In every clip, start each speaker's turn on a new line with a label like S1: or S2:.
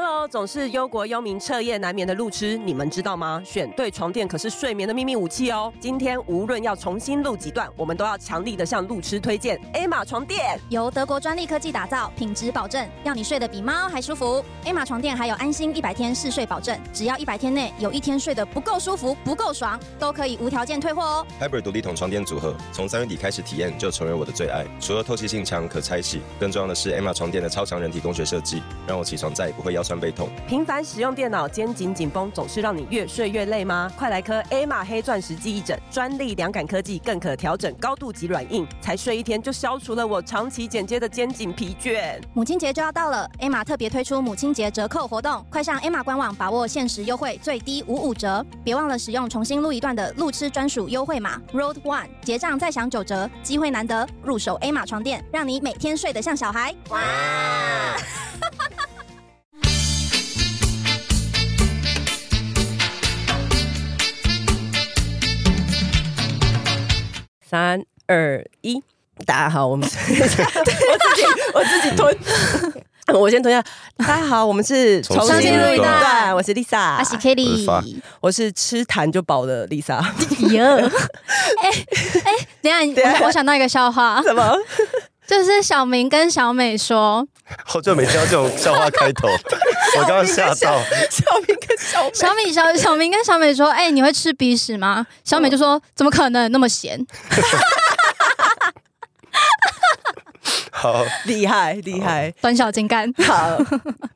S1: 喽，总是忧国忧民、彻夜难眠的路痴，你们知道吗？选对床垫可是睡眠的秘密武器哦。今天无论要重新录几段，我们都要强力的向路痴推荐 A 玛床垫。
S2: 由德国专利科技打造，品质保证，让你睡得比猫还舒服。A 玛床垫还有安心一百天试睡保证，只要一百天内有一天睡得不够舒服、不够爽，都可以无条件退货哦。
S3: Hybrid 独立筒床垫组合，从三月底开始体验就成为我的最爱。除了透气性强、可拆洗，更重要的是 Emma 床垫的超强人体工学设计，让我起床再也不会腰酸背痛。
S1: 频繁使用电脑，肩颈紧绷，总是让你越睡越累吗？快来颗 A 玛黑钻石记忆枕，专利凉感科技，更可调整高度及软硬，才睡一天就消除了我长期剪接的肩颈疲倦。
S2: 母亲节就要到了，A 玛特别推出母亲节折扣活动，快上 A 玛官网把握限时优惠，最低五五折。别忘了使用重新录一段的路痴专属优惠码 Road One，结账再享九折，机会难得，入手 A 玛床垫，让你每天睡得像小孩。哇！
S1: 三二一，大家好，我 们是，我自己我自己吞， 我先吞一下。大家好，我们是
S3: 重新录一段
S1: 段，我是 Lisa，
S2: 阿喜
S3: 我是发
S2: Kelly，
S1: 我是吃痰就饱的 Lisa。
S2: 哟， 哎哎，等一下，我我想到一个 笑话，
S1: 什么？
S2: 就是小明跟小美说，
S3: 好久没听到这种笑话开头，我刚刚吓到。
S1: 小明跟小美，
S2: 小米小小明跟小美说，哎、你会吃鼻屎吗？小
S1: 嗯
S2: 美就说，怎么可能那么咸？
S3: 好，
S1: 厉害厉害。
S2: 短小精干。
S3: 哦
S1: 好，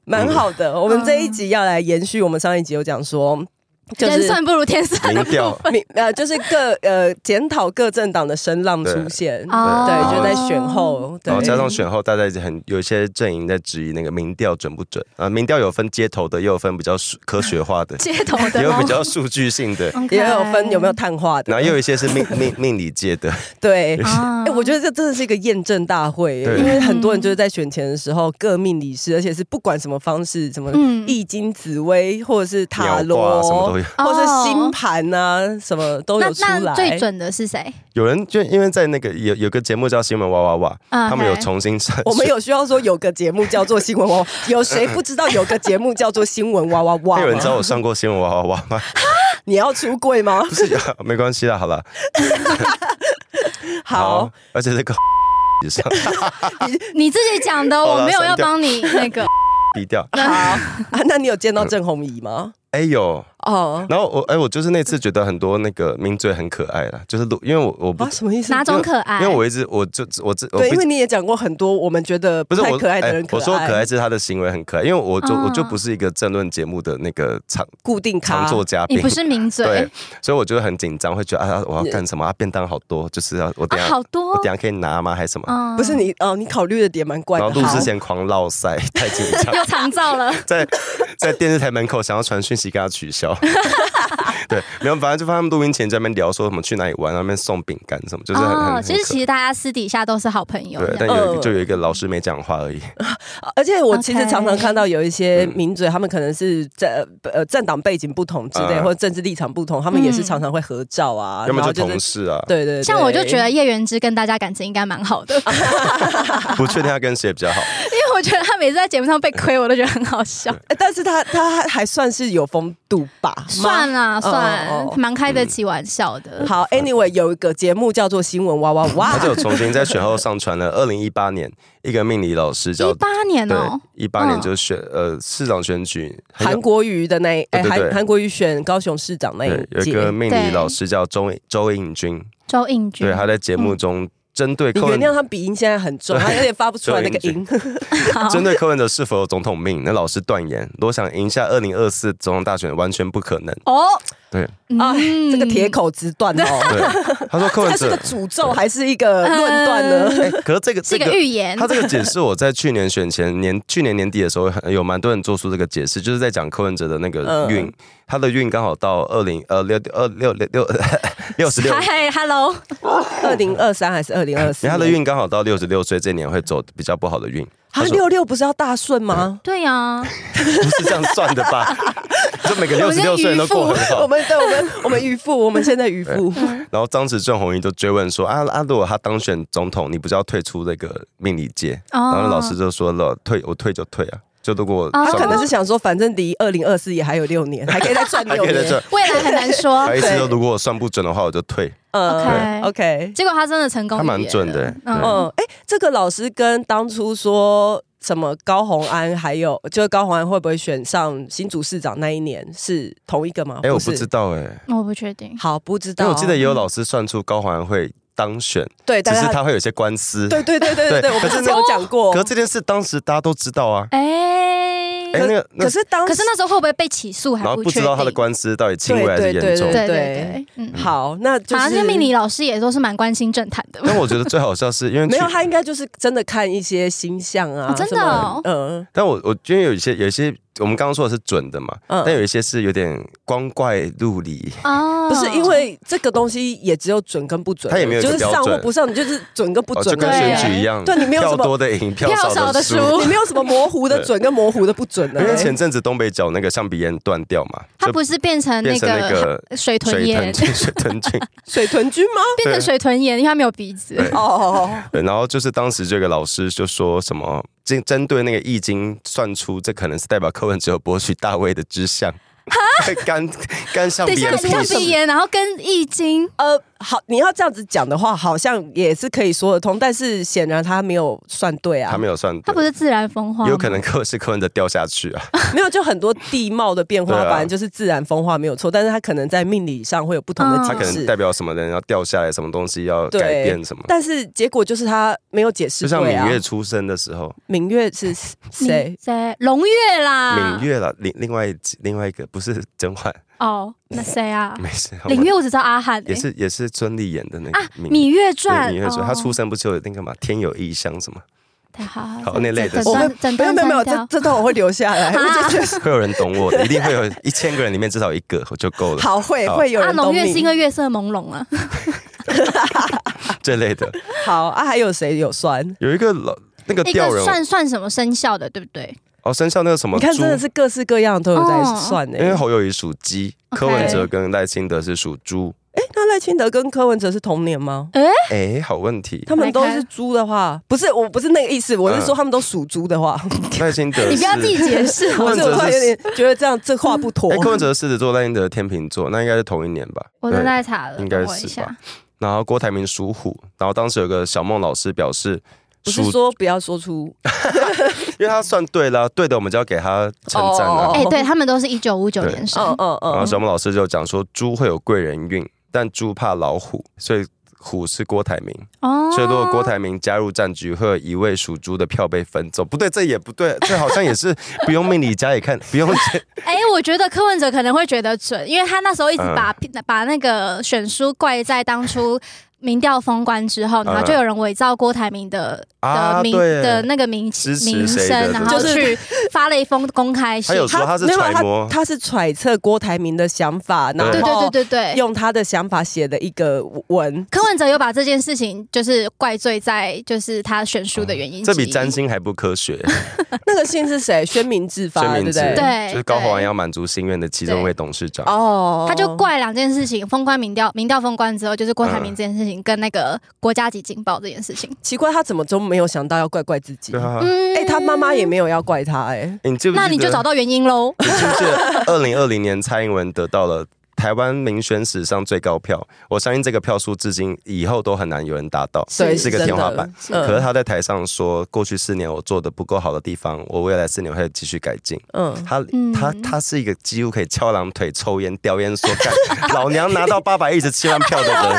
S1: 蛮好
S3: 嗯
S1: 的。我们这一集要来延续我们上一集有讲说， 就
S2: 人
S1: 是
S2: 算不如天算，
S3: 民调
S1: 民呃，就是各呃检讨各政党的声浪出现，
S3: 哦
S1: 对，就在选后，对
S3: 然后，加上选后，大家一直很有一些阵营在质疑那个民调准不准啊？民调有分街头的，也有分比较数科学化的
S2: 街头
S3: 也
S2: 的
S3: 有
S2: 吗
S3: 比较数据性的，
S2: OK
S1: 也有分有没有碳化的，
S3: 然后也有一些是命命命理界的。
S1: 对。
S2: 啊
S1: 哎、我觉得这真的是一个验证大会耶，
S3: 对
S1: 因为很
S2: 嗯
S1: 多人就是在选前的时候各命理师，而且是不管什么方式，什么
S2: 嗯
S1: 易经、紫微，或者是塔
S3: 鸟
S1: 罗
S3: 挂，什么都有。
S1: 或者是星盘啊，什么都有
S2: 哦
S1: 出
S2: 那那
S1: 来。
S2: 最准的是谁？
S3: 有人就因为在那个有有个节目叫《新闻哇哇哇》，
S2: 啊
S3: 他们有
S2: 嘿
S3: 重新上，
S1: 我们 有需要说有个节目叫做新闻哇哇，有谁不知道有个节目叫做新闻哇 哇哇
S3: 没有人知道
S1: 吗？
S3: 我上过新闻哇哇哇 吗？
S1: 你要出柜 吗？
S3: 不是，没关系啦，好了，
S1: 好，，
S3: 而且这个 以上
S1: 啊
S2: 你自己讲的，
S3: 好啦
S2: 我没有要
S3: 删掉
S2: 帮你那个。
S3: 低调。
S1: 好 啊，那你有见
S3: 呃
S1: 到郑红怡吗？
S3: 哎呦，
S1: 哦，
S3: 然后我哎，我就是那次觉得很多那个名嘴很可爱啦，就是录，因为我我不
S1: 啊，，什么意思？
S2: 哪种可爱？
S3: 因为我一直我就我这我
S1: 对，
S3: 不
S1: 因为你也讲过很多我们觉得不
S3: 不是
S1: 太
S3: 我
S1: 可爱的
S3: 哎
S1: 人可爱，
S3: 我说可爱是他的行为很可爱，因为我就
S2: 啊
S3: 我就不是一个政论节目的那个常
S1: 固定
S3: 常
S1: 咖。
S3: 做嘉
S2: 你
S3: 宾
S2: 不。是名
S3: 对
S2: 嘴，，
S3: 所以我就很紧张，会觉得啊，我要干什么啊？便当好多，就是要我等一
S2: 啊，
S3: 下
S2: 好多
S3: 我等一下可以拿吗？还是什么？
S2: 啊
S1: 不是你哦，你考虑的点蛮怪
S3: 然
S1: 的。
S3: 后录
S1: 好
S3: 之前狂唠塞，太紧 张，
S2: 又藏造了。
S3: 在在电视台门口想要传讯息给他 取消。对，没有，反正就发现他们录音前在那边聊说什么去哪里玩，然后那边送饼干什么，就是很很
S2: 哦，
S3: 很
S2: 其实
S3: 可
S2: 其实大家私底下都是好朋友
S3: 对，
S2: 这
S3: 但
S2: 样。哦
S3: 有
S1: 嗯
S3: 一个就有一个老师没讲话而已。
S1: 而且我其实
S2: OK
S1: 常常看到有一
S3: 嗯
S1: 些名嘴，他们可能是政呃政党背景不同之类，
S3: 嗯
S1: 或者政治立场不同，他们也是
S2: 嗯
S1: 常常会合照啊，
S3: 要么
S1: 然后
S3: 就是同事啊，
S1: 对对，对
S2: 像我就觉得叶元之跟大家感情应该蛮好 的，因
S3: 不确定他跟谁比较 好。
S2: 为我觉得他每次在节目上被亏，我都觉得很 好笑。
S1: 欸但是他他还还算是有风度吧？
S2: 算
S1: 吗。
S2: 啦
S1: 哦哦哦
S2: 算，蛮开得起玩笑
S3: 嗯
S2: 的。
S1: 好，Anyway，有一个节目叫做《新闻哇哇哇
S3: 他》，就重新在选后上传了二零一八年一个命理老师叫
S2: 一八年
S3: 对
S2: 哦，
S3: 一八年
S2: 嗯
S3: 就是选呃市长选举，很有
S1: 韩国瑜的那一哎
S3: 对对
S1: 韩
S3: 对
S1: 韩国瑜选高雄市长那
S3: 对有
S1: 一届，
S3: 一个命理
S2: 对
S3: 老师叫周周应君，
S2: 周应君
S3: 对，他在节目中针对
S1: 你
S3: 柯文
S1: 原谅他鼻音现在很重，
S3: 对
S1: 他有点发不出来那个音。
S2: 好
S3: 针对柯文哲是否有总统命，那 老师断言，罗想赢下二零二四总统大选完全不可能。
S2: 哦，
S3: 对
S1: 哎，
S2: 嗯
S1: 这个铁口直断哦，
S3: 对，他说
S1: 这
S3: 柯文
S1: 个是
S3: 哲
S1: 个，诅咒还是一个论断
S2: 嗯
S1: 呢？
S3: 哎、可是这个
S2: 是
S3: 这
S2: 一个
S3: 个。
S2: 预言
S3: 他。这个解释，我在去年选前年去年年底的时候，很有蛮多人做出这个解释，就是在讲柯文哲的那个
S1: 嗯
S3: 运，他的运刚好到二零呃六二六六六 六十六，
S2: 嗨，Hello，
S1: 二零二三还是二零二四？
S3: 哎
S1: 啊
S3: 然后他的运刚好到六十六岁这年会走比较不好的运，
S1: 他
S3: 他说
S1: 六六不是要大顺吗？
S2: 对呀，
S3: 不是这样算的吧？ 就每个六十六岁人都过很
S1: 我
S3: 好。
S1: 们对我们我们渔 夫，我们现在渔夫，
S3: 然后当时郑红英就追问说：“啊啊，如果他当选总统，你不是要退出那个命理界？”然后
S2: 哦
S3: 老师就说了：“退，我退就退啊。就如果
S2: 哦
S1: 他
S3: 上
S1: 可能是想说，反正离二零二四也还有六 年，还可以再赚
S3: 还
S1: 六
S3: 可以在
S1: 年
S3: 这。，
S2: 未来很难说
S3: 他。意思
S1: 哦对
S3: 说如果我算不准的话，我就退。
S1: 呃
S2: OK
S1: ，OK，
S2: 结果他真的成功预
S3: 他
S2: 言了，
S3: 蛮准的对
S1: 嗯，哎，这个老师跟当初说什么高洪安，还有就是高洪安会不会选上新竹市长那一年是同一个吗？
S3: 哎，我
S1: 是
S3: 不知道哎，
S2: 嗯，我不确定。
S1: 好，不知
S3: 因
S1: 道。
S3: 为我记得也有老师算出高环会当选，
S1: 对，
S3: 只
S1: 但
S3: 是
S1: 是他
S3: 他会有一些官司。
S1: 对对对对对
S3: 对
S1: 对，我不
S3: 可是
S1: 是没有讲过
S3: 可。是这件事当时大家都知道啊。
S2: 哎，
S3: 哎，那个，那
S1: 可是当
S2: 可是那时候会不会被起诉还
S3: 然后
S2: 确
S3: 不
S2: 定。
S3: 知道他的官司到底轻微还是严重
S1: 对。
S2: 对对对，嗯，
S1: 好，那就
S2: 反
S1: 是
S2: 正命理老师也都是蛮关心政坛的嘛。
S3: 但我觉得最好笑是因为
S1: 没有，
S3: 去
S1: 他应该就是真的看一些星象啊，
S2: 哦真的
S1: 什么
S2: 哦
S1: 嗯
S3: 但我我因为有一些有一些我们刚刚说的是准的嘛，
S1: 嗯
S3: 但有一些是有点光怪陆离。
S2: 哦
S1: 不是因为这个东西也只有准跟不准，
S3: 它也没有一
S1: 就
S3: 个
S1: 是上
S3: 标
S1: 或
S3: 准
S1: 不上，你就是准跟不
S3: 哦，就
S1: 准
S3: 跟
S1: 而已
S3: 选举一样，
S1: 对你没有
S3: 票
S1: 什么
S3: 多的赢，票
S2: 票
S3: 少
S2: 少
S3: 的
S2: 的
S3: 输。
S2: 输
S1: 你没有什么模糊的准跟模糊的不准的、
S3: 因为前阵子东北角那个象鼻炎断掉嘛，
S2: 它
S3: 就
S2: 不是变成
S3: 变
S2: 那
S3: 成那
S2: 个
S3: 个
S2: 水豚
S3: 水
S2: 眼
S3: 豚，菌，水豚菌。
S1: 水豚君 吗？
S2: 变成水豚眼，因为它没有鼻子。
S3: 对
S1: 哦哦，
S3: 对，然后就是当时这个老师就说什么，针针对那个易经算出，这可能是代表柯文哲博取大卫的之相，干干 象
S2: 等一
S3: 鼻
S2: 下，
S3: 炎
S2: 你像
S3: 屁事
S2: 鼻炎，然后跟易经，
S1: 呃，好，你要这样子讲的话，好像也是可以说得通，但是显然他没有算对啊，
S3: 他没有算
S2: 它不
S3: 对，
S2: 是自然风化吗，
S3: 有可能柯是柯文哲掉下去啊。
S1: 没有，就很多地貌的变化，
S3: 对啊
S1: 反正就是自然风化没有错，但是它可能在命理上会有不同的
S2: 嗯
S3: 他可
S1: 解
S3: 能
S1: 释。
S3: 代表什么人要掉下来，什么东西要改变什么。
S1: 但是结果就是他没有解释
S3: 就像
S1: 对啊
S3: 芈。月出生的时候，
S1: 明月是谁
S2: 你？谁？龙月啦。
S3: 芈月了，另另外一集另外一个不是甄嬛，
S2: 哦，那谁啊？
S3: 没事，
S2: 芈月我只知道阿汉欸，
S3: 也是也是孙俪演的那个
S2: 啊，《
S3: 芈
S2: 芈月
S3: 对
S2: 传》
S3: 芈月传，
S2: 哦
S3: 她出生不就有那个嘛，天有异 象什么，
S2: 太好好
S3: 好那类的
S2: 整
S1: 我会哦
S2: 段整
S1: 没有
S2: 段
S1: 没有没有，
S2: 删
S1: 这
S2: 掉。啊
S1: 这段我会留下 来，我就觉得
S3: 会有人懂我的，一定会有一千个人里面至少一个我就够了，
S1: 好会
S3: 好
S1: 会有
S2: 啊，
S1: 人
S2: 龙
S1: 懂
S2: 月是因
S1: 你。
S2: 为月色朦胧啊，
S3: 这类的。
S1: 好啊，还有谁有算？
S3: 有一个老那个
S2: 一
S3: 吊
S2: 个
S3: 人
S2: 算算什么生肖的，对不对？
S3: 哦，生肖那个什么
S1: 你看，
S3: 猪
S1: 真，的是各式各样都有在
S2: 哦
S1: 算欸呢、
S3: 因为侯友谊属鸡，
S2: OK
S3: 柯文哲跟赖清德是属猪。
S1: 那赖清德跟柯文哲是同年吗？
S3: 哎，好 问题，
S1: 他们都是猪的话，不是，我不是那个意思，我
S3: 嗯
S1: 是说他们都属猪的话。
S3: 赖清德
S2: 你不要
S3: 是
S2: 自己解释，
S1: 我
S3: 文
S1: 是
S3: 哲
S1: 我突然有
S3: 是
S1: 点觉得这样这话不妥
S3: 哎，。柯文哲是狮子座，赖清德天秤座，那应该是同一年吧？
S2: 哦我
S3: 对
S2: 正在查了，
S3: 应该
S2: 等我一
S3: 是
S2: 下
S3: 吧。然后郭台铭属虎，然后当时有个小孟老师表示，
S1: 不是
S3: 属，
S1: 说不要说出
S3: 因为他算对了，对的我们就要给他称赞
S1: 哦
S3: 啊。
S2: 哎、对他们都是一九五九年
S1: 嗯
S2: 生，
S1: 嗯
S3: 然后
S1: 嗯，
S3: 小孟老师就讲说，猪会有贵人运，但猪怕老虎，所以虎是郭台铭。
S2: 哦
S3: 所以如果郭台铭加入战局，会有一位属猪的票被分走。不对，这也不对，这好像 也是不用命理家也看，不用
S2: 哎、我觉得柯文哲可能会觉得准，因为他那时候一直
S3: 嗯
S2: 把、把那个选书怪在当初民调封关之后，然后
S3: 嗯
S2: 就有人伪造郭台铭的。的
S3: 啊，
S2: 名、
S3: 对
S2: 的
S3: 耶。
S2: 那个名
S3: 支持
S2: 名
S3: 谁
S2: 声
S3: 的对，
S2: 然后
S1: 就是
S2: 去发了一封公开信
S3: 还，有说他是
S1: 嗯没有
S3: 揣摩
S1: 他，他是揣测郭台铭的想法，然后
S2: 对对对对对。
S1: 用他的想法写的一个 文。
S2: 柯文哲有把这件事情就是怪罪在就是他选书的原因之
S3: 嗯这
S2: 一，
S3: 比占星还不科学。
S1: 那个信是谁？宣明志发的，对
S3: 宣明
S1: 不
S3: 志
S1: 对？
S2: 哎对
S3: 就是高虹安要满足心愿的其中一位董事长。
S1: 哦，
S2: 他就怪两件事情，封关民调，民调封关之后，就是郭台铭
S3: 嗯
S2: 这件事情跟那个国家级警报这件事情。
S1: 奇怪，他怎么都没有想到要怪怪自己
S3: 对？啊，
S2: 嗯
S1: 哎、他妈妈也没有要怪他、哎，
S3: 欸你记不记得？
S2: 那你就找到原因喽。
S3: 你记不记得二零二零年蔡英文得到了台湾民选史上最高票？我相信这个票数至今以后都很难有人达到。
S1: 对，
S3: 是个
S1: 真的
S3: 天花板。
S1: 嗯
S3: 可是他在台上说，过去四年我做的不够好的地方，我未来四年会继续改进。
S1: 嗯，
S3: 他
S2: 嗯
S3: 他他是一个几乎可以翘二郎腿、抽烟、叼烟说 干，老娘拿到八百一十七万票的人，
S2: 啊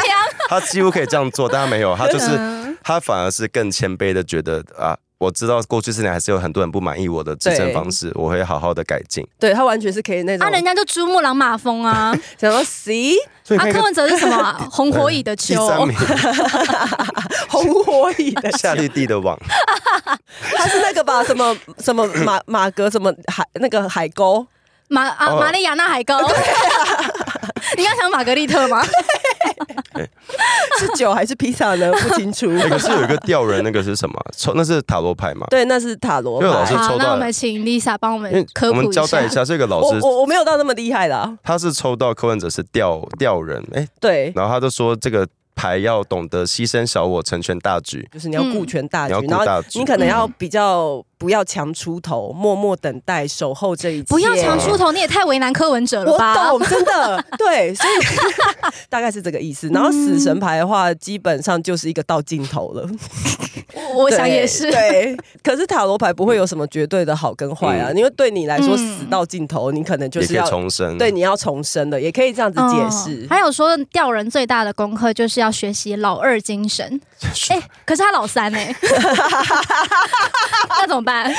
S3: 他几乎可以这样做，但他没有，他就是
S2: 嗯
S3: 他反而是更谦卑的觉得啊，我知道过去四年还是有很多人不满意我的执政
S1: 对
S3: 方式，我会好好的改进。
S1: 对他完全是可以
S3: 哦
S1: 那种，
S2: 啊，人家就珠穆朗玛峰啊，啊，
S1: 想说 see
S3: 所以
S1: 啊
S3: 那
S2: 柯
S3: 个
S2: 文哲是什么 啊红火蚁的
S3: 第
S2: 秋，
S3: 三 名
S1: 红火蚁 的，
S3: 夏绿蒂 的网，
S1: 他是那个吧？什么什么马马格什么海那个海沟？
S2: 马啊
S3: 哦
S2: 马里亚纳海沟。 你刚想玛格丽 特吗？
S1: 是酒还是披萨呢？不清楚。
S3: 哎可是有一个吊人，那个是什么？抽那是塔罗牌嘛？
S1: 对，那是塔罗
S3: 因为老师
S1: 牌。
S2: 好
S3: 抽，到
S2: 那
S3: 了
S2: 我们请 Lisa 帮我
S3: 因为
S2: 们
S3: 我
S2: 科
S3: 们
S2: 普
S3: 交代一
S2: 下。
S3: 下，这个老
S1: 我
S3: 师
S1: 我我没有到那么厉害啦。
S3: 他是抽到柯文哲是吊吊人，哎、
S1: 对，
S3: 然后他就说这个牌要懂得牺牲小我，成全大局。
S2: 嗯
S1: 就是你要顾全大
S3: 你
S1: 局
S3: 要，顾
S1: 然后
S3: 大局，嗯
S1: 你可能要比较不要强出头，默默等待，守候这一切。
S2: 不要强出头，你也太为难柯文哲了
S1: 我
S2: 吧？
S1: 懂，真的对，所以 大概是这个意思。然后死
S2: 嗯
S1: 神牌的话，基本上就是一个到尽头了。
S2: 我我想也是。
S1: 对，对可是塔罗牌不会有什么绝对的好跟坏啊，
S3: 嗯
S1: 因为对你来说，
S2: 嗯
S1: 死到尽头，你可能就
S3: 也
S1: 是
S3: 可以
S1: 要
S3: 重生。
S1: 对你要重生的，也可以这样子解释
S2: 嗯。还有说吊人最大的功课就是要学习老二精神。哎、可是他老三哎、那怎么办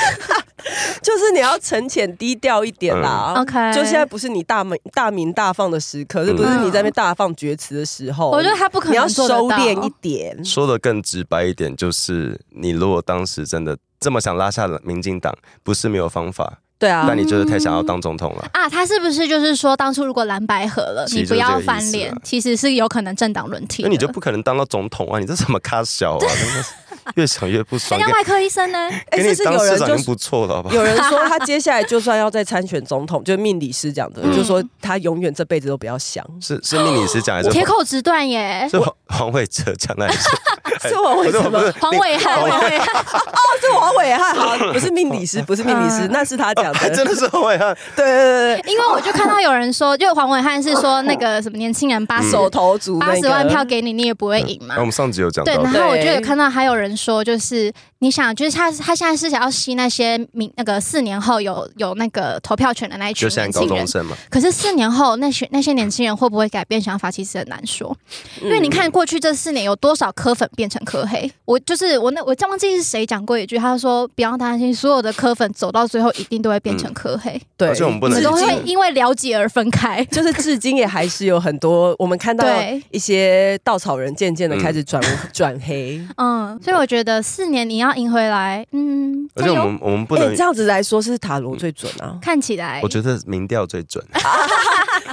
S1: 就是你要沉潜低调一点啦。
S2: ？OK，
S1: 就现在不是你大名大名大放的时刻，是不是你在那边大放厥词的时候？
S2: 我觉得他不可
S1: 哦
S2: 能
S1: 你要收
S2: 做得到
S1: 敛一点。
S3: 说的更直白一点，就是你如果当时真的这么想拉下民进党，不是没有方法，
S1: 对啊，嗯
S3: 但你就是太想要当总统了。
S2: 啊，他是不是就是说，当初如果蓝白合了，
S3: 其
S2: 你
S3: 实
S2: 不
S3: 就是这
S2: 要
S3: 个意
S2: 翻
S3: 思
S2: 脸
S3: 啊，
S2: 其实是有可能政党轮替的。
S3: 那你就不可能当到总统啊！你这什么咖小 啊？真的是越想越不
S2: 人
S3: 爽
S2: 家。外科医生呢？
S1: 哎，
S3: 给给
S1: 这
S3: 你
S1: 是
S3: 当
S1: 有
S3: 市
S1: 人
S3: 长已
S1: 就
S3: 经不错了，好不好？
S1: 有人说他接下来就算要再参选总统，就是命理师讲的，
S2: 嗯
S1: 就说他永远这辈子都不要想。
S3: 是是命理师讲还是
S2: 铁口直断耶！
S3: 是黄黄伟哲讲的 还是？
S1: 是王伟
S3: 不是
S1: 什
S3: 不
S1: 么？
S3: 是
S1: 哦，
S2: 黄伟汉，黄伟汉，
S1: 是王伟汉，好，不是命理师，不是命理师，
S2: 嗯
S1: 那是他讲的
S3: 还。真的是黄伟汉。
S1: 对对对对，
S2: 因为我就看到有人说，就黄伟汉是说那个什么年轻人八十
S1: 嗯手头足
S2: 八
S1: 那
S2: 十
S1: 个
S2: 万票给你，你也不会赢嘛
S3: 哎那我。们上集有讲
S2: 对，
S3: 到
S2: 然
S3: 的，
S2: 后我就
S1: 对
S2: 有看到还有人说，就是你想，就是他他现在是想要吸那些民那个四年后有有那个投票权的那一群年
S3: 就现在高
S2: 轻
S3: 中
S2: 人，
S3: 生嘛，
S2: 可是四年后那些那些年轻人会不会改变想法，其实很难说。因为你看过去这四年有多少科粉变成科黑，我就是我那我忘记是谁讲过一句，他说不要担心，所有的科粉走到最后一定都会变成科黑，
S1: 对，
S3: 而且我嗯们不
S2: 只
S3: 能
S2: 都
S3: 理
S2: 会
S3: 解
S2: 因为了解而分开。
S1: 就是至今也还是有很多，我们看到
S2: 对
S1: 一些稻草人渐渐的开始转转黑。
S2: 嗯，所以我觉得四年你要赢回来，嗯，加
S3: 而且我
S2: 油。
S3: 们我们不
S1: 哎，
S3: 能
S1: 这，样子来说是塔罗最准啊，
S2: 看起来
S3: 我觉得民调最准，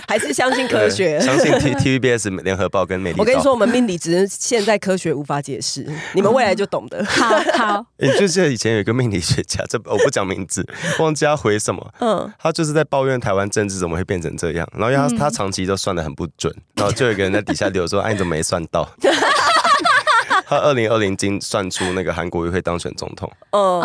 S1: 还是相信 科学
S3: 嗯对？相信 T T V B S 联合报跟美丽。
S1: 我跟你说，，我们命理只是现在科学无法解 释，你们未来就懂得。
S2: 好好，
S3: 你哎就记得以前有一个命理学家，这我不讲名字，忘记他回什么，
S1: 嗯，
S3: 他就是在抱怨台湾政治怎么会变成这样，然后因为他、
S2: 嗯
S3: 他长期都算的很不准，然后就有一个人在底下留言说：“哎、你怎么没算到？” 他二零二零经算出那个韩国瑜会当选总统，
S1: 嗯，
S2: 哦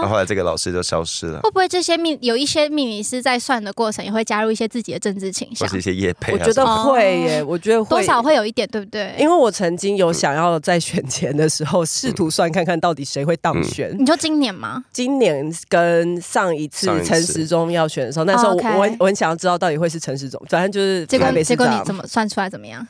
S3: 然后。后来这个老师就消失了，
S2: 会不会这些命有一些命理师在算的过程也会加入一些自己的政治倾
S3: 或
S2: 向
S3: 是一？些业配、
S1: 我
S3: 啊什么
S1: 觉
S3: 的，
S1: 得会耶，我觉得会
S2: 哦多少会有一点，对不对？
S1: 因为我曾经有想要在选前的时候试图算看看到底谁会当选。
S2: 你说今年吗？
S1: 今年跟上一次
S3: 嗯上一次
S1: 陈时中要选的时候，那时候我
S2: 哦 OK
S1: 我很我很想要知道到底会是陈时中，反正就是
S2: 结
S1: 台
S2: 果
S1: 北市
S2: 结果你
S1: 长。
S2: 怎么算出来怎么样？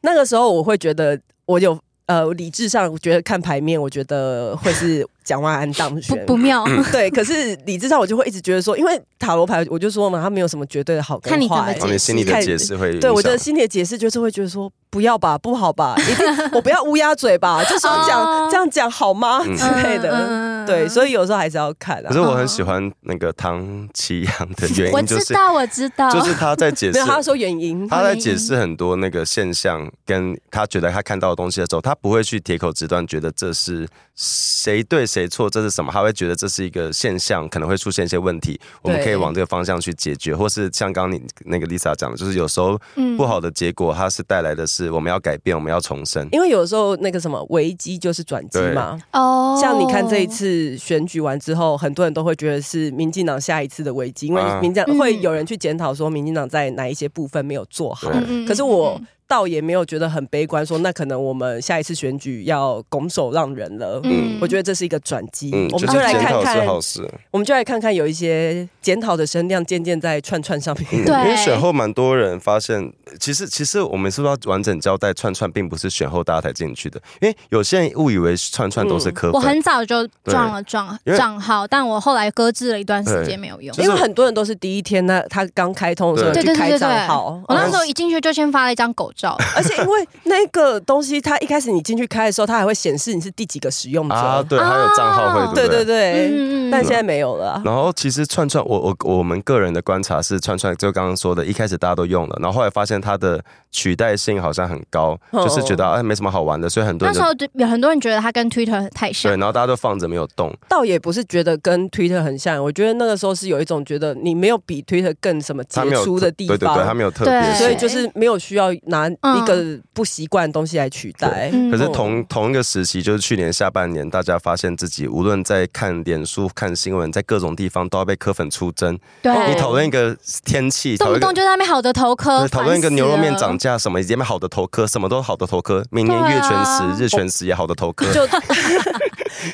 S1: 那个时候我会觉得我有呃理智上我觉得看牌面，我觉得会是蒋万安当
S2: 不
S1: 选。
S2: 不妙，
S3: 嗯
S1: 对，可是理智上我就会一直觉得说，因为塔罗牌我就说嘛，它没有什么绝对的好跟坏。
S2: 看你怎么
S3: 然后你心里的解释会
S1: 对，我的
S3: 的
S1: 心里的解释就是会觉得说，不要吧，不好吧，一 定我不要乌鸦嘴吧，这时候
S2: 哦
S1: 讲这样讲好吗
S3: 嗯
S1: 之类的。
S2: 嗯
S1: 对，
S2: 以
S1: 所以有时候还是要看
S3: 可
S1: 啊
S3: 是。我很喜欢那个唐奇阳的原
S2: 我
S3: 因就
S2: 知
S3: 是，
S2: 道，我知道，
S3: 就是他在解
S1: 没
S3: 释
S1: 有，他说原因，啊
S3: 他在解释很多那个现象，跟他觉得他看到的东西的时候，他不会去铁口直断，觉得这是谁对谁错，这是什么，他会觉得这是一个现象，可能会出现一些问题，我们可以往这个方向去解决，或是像刚刚你那个 Lisa 讲的，就是有时候
S2: 嗯
S3: 不好的结果，它是带来的是我们要改变，我们要重生。
S1: 因为有时候那个什么危机就是转机嘛。
S2: 哦
S1: 像你看这一，次选举完之后，很多人都会觉得是民进党下一次的危机，因为
S3: 啊
S1: 民进党
S2: 嗯
S1: 会有人去检讨说民进党在哪一些部分没有做好
S3: 对。
S1: 可是我
S2: 嗯
S1: 倒也没有觉得很悲观，说那可能我们下一次选举要拱手让人了。
S2: 嗯
S1: 我觉得这是一个转机，
S3: 嗯，
S1: 我们
S3: 是
S1: 就来
S3: 检
S1: 看
S3: 讨是
S1: 看，
S3: 好事，
S1: 我们就来看看有一些检讨的声量渐渐在串串上面。
S3: 嗯
S2: 对
S3: 因为选后蛮多人发现，其实其实我们是不是要完整交代串串并不是选后大家才进去的，因为有些人误以为串串都是
S1: 嗯
S3: 科
S2: 我
S3: 粉，
S2: 很早就撞了撞
S3: 因为
S2: 账号，但我后来搁置了一段时
S3: 对
S2: 间没有用
S3: 就。
S1: 因
S3: 是
S1: 为很多人都是第一天呢，他刚开通的时候
S2: 对
S1: 去
S2: 对
S1: 开
S2: 对对对，
S1: 账号嗯
S2: 我，那时
S3: 嗯
S2: 候一进去就先发了一张狗照，
S1: 而且因为那个东西，它一开始你进去开的时候，它还会显示你是第几个使用者。
S3: 啊，对，
S2: 啊
S3: 还有账号会，
S1: 嗯对
S3: 不
S1: 对
S3: 对？
S1: 对，
S2: 嗯
S1: 但现在没有了啊。
S3: 然后其实串串，我我我们个人的观察是，串串就刚刚说的，一开始大家都用了，然后后来发现它的取代性好像很高，
S1: 哦
S3: 就是觉得哎没什么好玩的，所以很多
S2: 那
S3: 人
S2: 时
S3: 就
S2: 候就有很多人觉得它跟 Twitter 太
S3: 对，
S2: 像，
S3: 然后大家都放着没有动，
S1: 倒也不是觉得跟 Twitter 很像，我觉得那个时候是有一种觉得你没有比 Twitter 更什么杰
S3: 它没有
S1: 出的地
S3: 对对对，它
S1: 方，
S3: 没有特
S2: 对嗯
S3: 别
S1: 所以
S3: 性，
S1: 就是没有需要拿一个不习惯的东西来取代。
S4: 嗯
S3: 可是同同一个时期，就是去年下半年，大家发现自己无论在看脸书、看新闻，在各种地方都要被科粉出征。
S1: 对
S3: 你讨论一个天气，
S2: 动
S3: 讨
S2: 不
S3: 论一个
S2: 动就在那边好的头科
S3: 对，讨论一个牛肉面涨
S2: 长。
S3: 价，什么以前好的头科，什么都好的头科，明年
S2: 对啊
S3: 月全食、日全食也好的头科。
S1: 就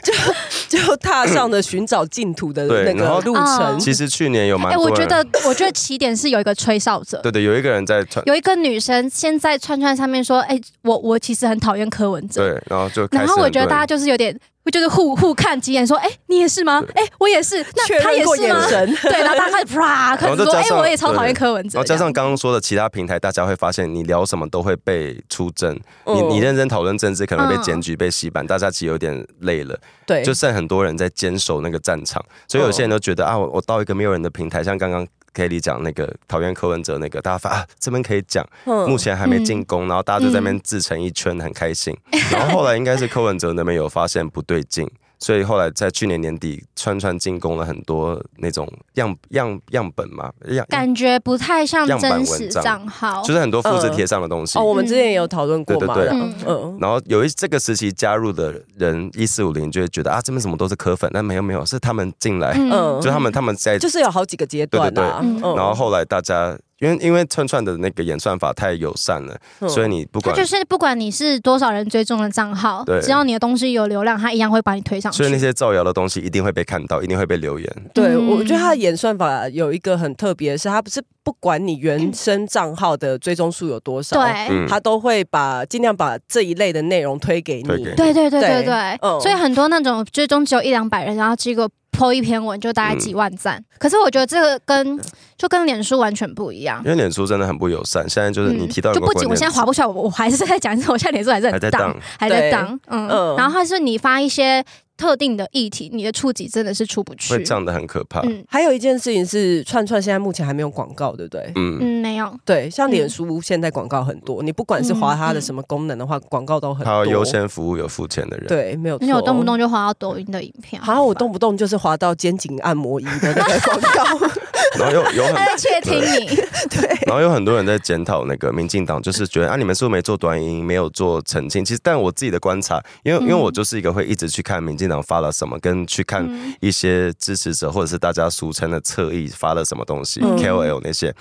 S1: 就就踏上了寻找净土的那
S3: 对然
S1: 个
S3: 后
S1: 路程
S2: 嗯。
S3: 其实去年有蛮
S2: 哎，
S3: 多
S2: 我
S3: 人，
S2: 觉得，我觉得起点是有一个吹哨者，
S3: 对对，有一个人在传，
S2: 有一个女生先在串串上面说：“哎，我我其实很讨厌柯文哲。”
S3: 对，然后就开始
S2: 然后我觉得
S3: 很多
S2: 大家
S3: 人
S2: 就是有点，会就是互互看几眼，说：“哎、你也是吗？哎、我也是。”
S1: 确
S2: 那他
S1: 认
S2: 也
S1: 过
S2: 是
S1: 眼
S2: 吗？
S1: 神，
S2: 对，然后大家开始啪，开
S3: 然后
S2: 始
S3: 再
S2: 说：“哎、
S3: 加上
S2: 我也超讨厌柯文哲。
S3: 然后
S2: 这
S3: 加
S2: 样”
S3: 上刚刚说的其他平台，大家会发现你聊什么都会被出征，你
S2: 哦
S3: 你认真讨论政治可能会被检举、被洗版，大家其实有点累了，
S1: 对，
S3: 就剩很多人在坚守那个战场，
S2: 哦
S3: 所以有些人都觉得啊，我我到一个没有人的平台，像刚刚。Kelly 讲那个讨厌柯文哲那个，大家发啊这边可以讲，
S1: 嗯
S3: 目前还没进攻，然后大家就在那边自成一圈，很开心。然后后来应该是柯文哲那边有发现不 对劲，所以后来在去年年底，川川进攻了很多那种样样样本嘛，样
S2: 感觉不太像
S3: 样板
S2: 真
S3: 文
S2: 实
S3: 章
S2: 账号，
S3: 就是很多复制贴上的东西。
S1: 哦，我们之前也有讨论过嘛，
S3: 对对
S2: 对
S1: 嗯嗯，
S3: 然后有一这个时期加入的人，一四五零就会觉得啊，这边怎么都是柯粉，但没有没有，是他们进来，
S1: 嗯
S3: 就他们他们在
S1: 就是有好几个阶段啊，
S2: 对对对
S1: 嗯
S3: 然后后来大家因为因为串串的那个演算法太友善了，
S1: 嗯
S3: 所以你不
S2: 它
S3: 管
S2: 就是不管你是多少人追踪的账号
S3: 对，
S2: 只要你的东西有流量，它一样会把你推上去
S3: 所以。那些造谣的东西一定会被看到，一定会被留言。
S1: 对，
S2: 嗯
S1: 我觉得它的演算法有一个很特别，是它不是不管你原生账号的追踪数有多少，
S2: 对，
S3: 嗯
S1: 它都会把尽量把这一类的内容推给
S3: 推
S1: 你
S3: 给。你
S2: 对对对对
S1: 对
S2: 对
S1: 嗯，
S2: 所以很多那种追踪只有一两百人，然后结果 po 一篇文就大概
S3: 嗯
S2: 几万赞。可是我觉得这个
S1: 嗯
S2: 跟就跟脸书完全不一样
S3: 因。为脸书真的很不友善，现在就是你提到
S2: 嗯就
S3: 有个
S2: 不仅
S3: 观
S2: 我现
S3: 念
S2: 在划不出来，我我还是在讲，我现在脸书还是
S3: 还
S2: 很
S3: 在
S2: 荡
S3: 当，
S2: 还在
S1: 对
S2: 当，嗯，
S1: 嗯
S2: 然后它是你发一些特定的议题，你的触及真的是出不去，
S3: 会降的很可怕。
S2: 嗯
S1: 还有一件事情是，串串现在目前还没有广告，对不对？
S3: 嗯，
S2: 嗯，没有，
S1: 对，像
S2: 嗯
S1: 脸书现在广告很多，你不管是划它的什么功能的话，广告都很
S3: 他
S1: 多。
S3: 要优先服务有付钱的人。
S1: 对，没有
S2: 而且我
S1: 错。
S2: 动不动就滑到抖音的影片，
S1: 好像我动不动就是滑到肩颈按摩仪的那个广告，
S3: 然后有有 很
S2: 他在窃啊听你，
S3: 然后有很多人在检讨那个民进党，就是觉得啊，你们是不是没做短音，没有做澄清？其实，但我自己的观察，因
S2: 嗯
S3: 为因为我就是一个会一直去看民进党发了什么，跟去看
S2: 嗯
S3: 一些支持者或者是大家俗称的侧翼发了什么东西、
S1: 嗯
S3: KOL 那些，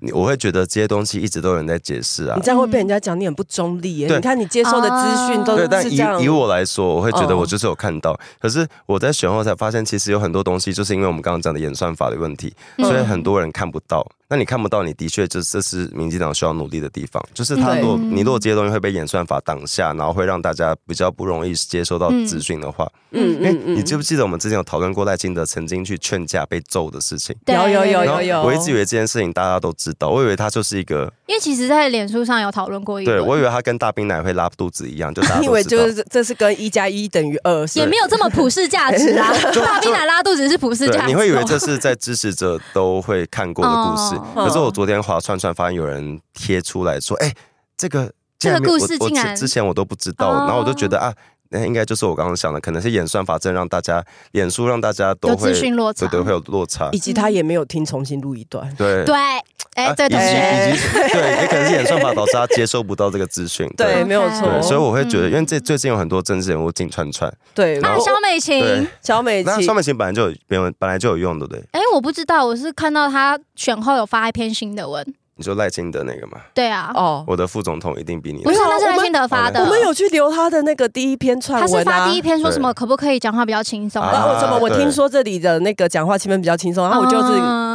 S3: 你我会觉得这些东西一直都有人在解释啊
S1: 你。这样会被人家讲你很不中立耶。
S3: 对
S1: 你看你接受的资讯都
S3: 对，
S1: 哦是
S3: 但
S1: 这样
S3: 以以。我来说，我会觉得
S1: 嗯
S3: 我就是有看到，可是我在选后才发现，其实有很多东西就是因为我们刚刚讲的演算法的问题，所
S1: 嗯
S3: 以很多人看不到。那你看不到，你的确就是这是民进党需要努力的地方，就是他
S1: 对
S3: 若你若这些东西会被演算法挡下，然后会让大家比较不容易接收到资讯的话，
S1: 嗯
S3: 因为哎你记不记得我们之前有讨论过赖清德曾经去劝架被揍的事情？
S2: 对
S1: 有有有
S3: 然后
S1: 哦有有，
S3: 我一直以为这件事情大家都知道，我以为他就是一个，
S2: 因为其实，在脸书上有讨论过一
S3: 对
S2: 轮，
S3: 我以为他跟大兵奶会拉肚子一样，就大家
S1: 你以为
S3: 都
S1: 就
S3: 知道。
S1: 是这是跟一加一等于二，
S2: 也没有这么普世价值 啊，大兵奶拉肚子是普世
S3: 对，
S2: 价值哦，
S3: 你会以为这是在支持者都会看过的故事，
S2: 哦
S3: 可是我昨天划串串发现有人贴出来说，哎、这个
S2: 这个
S3: 竟然没有
S2: 故事
S3: 我我
S2: 竟然
S3: 之之前我都不知道，
S2: 哦
S3: 然后我就觉得啊。那应该就是我刚刚想的，可能是演算法正让大家脸书让大家都
S2: 有
S3: 会
S2: 资讯落差
S3: 对，对，会有落差
S1: 以，及他也没有听重新录一段。
S3: 对
S2: 对，
S3: 啊
S2: 哎，这个
S3: 以
S2: 同
S3: 及
S2: 学，
S3: 以及对，也可能是演算法导致他接收不到这个资讯，
S1: 对，
S2: 对
S1: 没有
S2: 对
S1: 错
S3: 对，。所以我会觉得，
S2: 嗯
S3: 因为这最近有很多政治人物进串串，
S1: 对，
S3: 然
S2: 啊，
S3: 后
S2: 肖美
S3: 对
S2: 琴。，
S1: 小美
S3: 那
S1: 琪
S3: 双面琴本来就有本本来就有用的，对，
S2: 哎，我不知道，我是看到他选后有发一篇新的文，
S3: 你说赖清德那个嘛，
S2: 对啊，
S1: 哦，
S3: 我的副总统一定比你
S2: 不是，
S1: 没有
S2: 那是
S1: 我
S2: 赖
S1: 们
S2: 清德发的，
S1: 我们有去留他的那个第一篇串
S2: 他是
S1: 文
S2: 发
S1: 啊
S2: 第一。篇说什么可不可以讲话比较轻松？
S1: 然
S3: 啊
S1: 后怎么？我
S3: 对
S1: 听说这里的那个讲话气氛比较轻松，然后我
S2: 嗯
S1: 就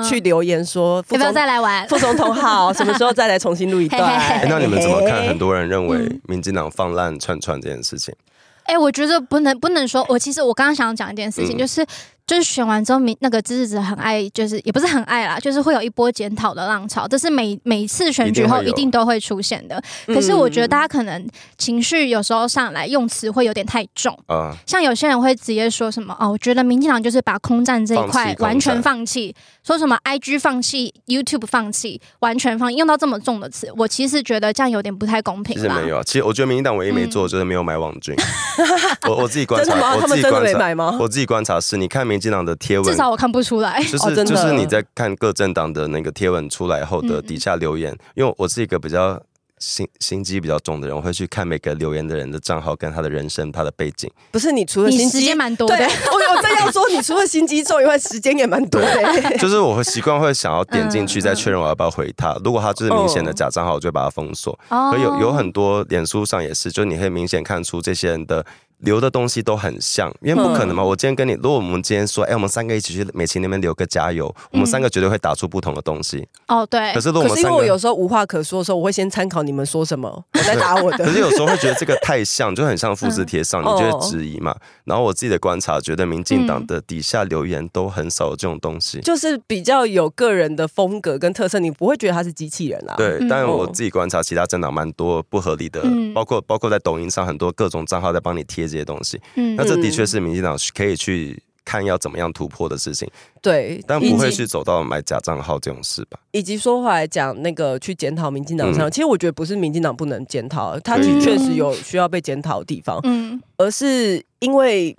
S1: 是去留言说，副
S2: 要不要
S1: 总
S2: 再来玩？
S1: 副总统好，什么时候再来重新录一段
S2: 嘿嘿？嘿
S3: 哎那你们怎么看？很
S1: 多
S3: 多人认
S1: 嗯
S3: 为民进党放烂串串这件事情，
S2: 哎、我觉得不能不能说，我其实我刚刚想讲一件事情，
S3: 嗯
S2: 就是就是选完之后，民那个支持者很爱，就是也不是很爱啦，就是会有一波检讨的浪潮，这是每每次选举后
S3: 一定会有嗯
S2: 一定都会出现的。可是我觉得大家可能情绪有时候上来，用词会有点太重。
S3: 啊，
S2: 像有些人会直接说什么哦，我觉得民进党就是把空战这一
S3: 放弃
S2: 块
S3: 空战
S2: 完全放弃，说什么 IG 放弃、YouTube 放弃，完全放弃，用到这么重的词，我其实觉得这样有点不太公
S3: 其
S2: 平
S3: 实
S2: 啦。
S3: 没有啊。其实我觉得民进党唯一没做就是没有买网 军。我我自己观
S1: 嗯真的吗
S3: 察，？我
S1: 他
S3: 自
S1: 们
S3: 己
S1: 真的
S3: 观
S1: 没
S3: 察，
S1: 买吗？
S3: 我自己观察是，你看民进党的贴
S2: 至
S3: 文，
S2: 少我看不出来。
S3: 就
S1: 哦
S3: 是
S1: 真的
S3: 就是你在看各政党的那个贴文出来后的
S2: 嗯
S3: 底下留言，因为我是一个比较。心心机比较重的人，我会去看每个留言的人的账号跟他的人生、他的背景。
S1: 不是你除了
S2: 你
S1: 心
S2: 时
S1: 机
S2: 间蛮多
S1: 对，
S2: 的，
S1: 我我正要说，你除了心机重以外，时间也蛮多的。欸
S3: 就是我会习惯会想要点进去再确认我要不要回他。如果他就是明显的
S1: 嗯
S3: 假账号，我就会把他封锁。
S2: 哦
S3: 可有有很多脸书上也是，就你会明显看出这些人的留的东西都很像，因为不可
S1: 嗯
S3: 能嘛。我今天跟你，如果我们今天说，哎、我们三个一起去美琪那边留个加油，我们三个绝对会打出不同的东西。
S2: 哦，对
S3: 可，是如果我
S1: 嗯哎可
S3: 们
S1: 是因
S3: 三
S1: 为
S3: 个
S1: 我。有时候无话可说的时候，我会先参考你们说什么，我再打我的
S3: 可。是有时候会觉得这个太像，就很像复制贴上，你就
S1: 哦嗯
S3: 会质疑嘛。然后我自己的观察，觉得民进党的底下留言都很少有这种东西。
S1: 就是比较有个人的风格跟特色，你不会觉得他是机器人啦、
S3: 对，
S2: 嗯
S3: 但我
S1: 哦
S3: 自己观察，其他政党蛮多不合理的，
S2: 嗯
S3: 包括包括在抖音上很多各种账号在帮你贴这些东西。
S2: 嗯
S3: 那这的确是民进党可以去看要怎么样突破的事情，
S1: 对，
S3: 但不会
S1: 以及
S3: 去走到买假账号这种事吧？
S1: 以及说回来讲那个去检讨民进党
S3: 嗯
S1: 上，其实我觉得不是民进党不能检讨，他
S3: 可以
S1: 其实
S3: 的
S1: 确实有需要被检讨的地方，
S2: 嗯
S1: 而是因为。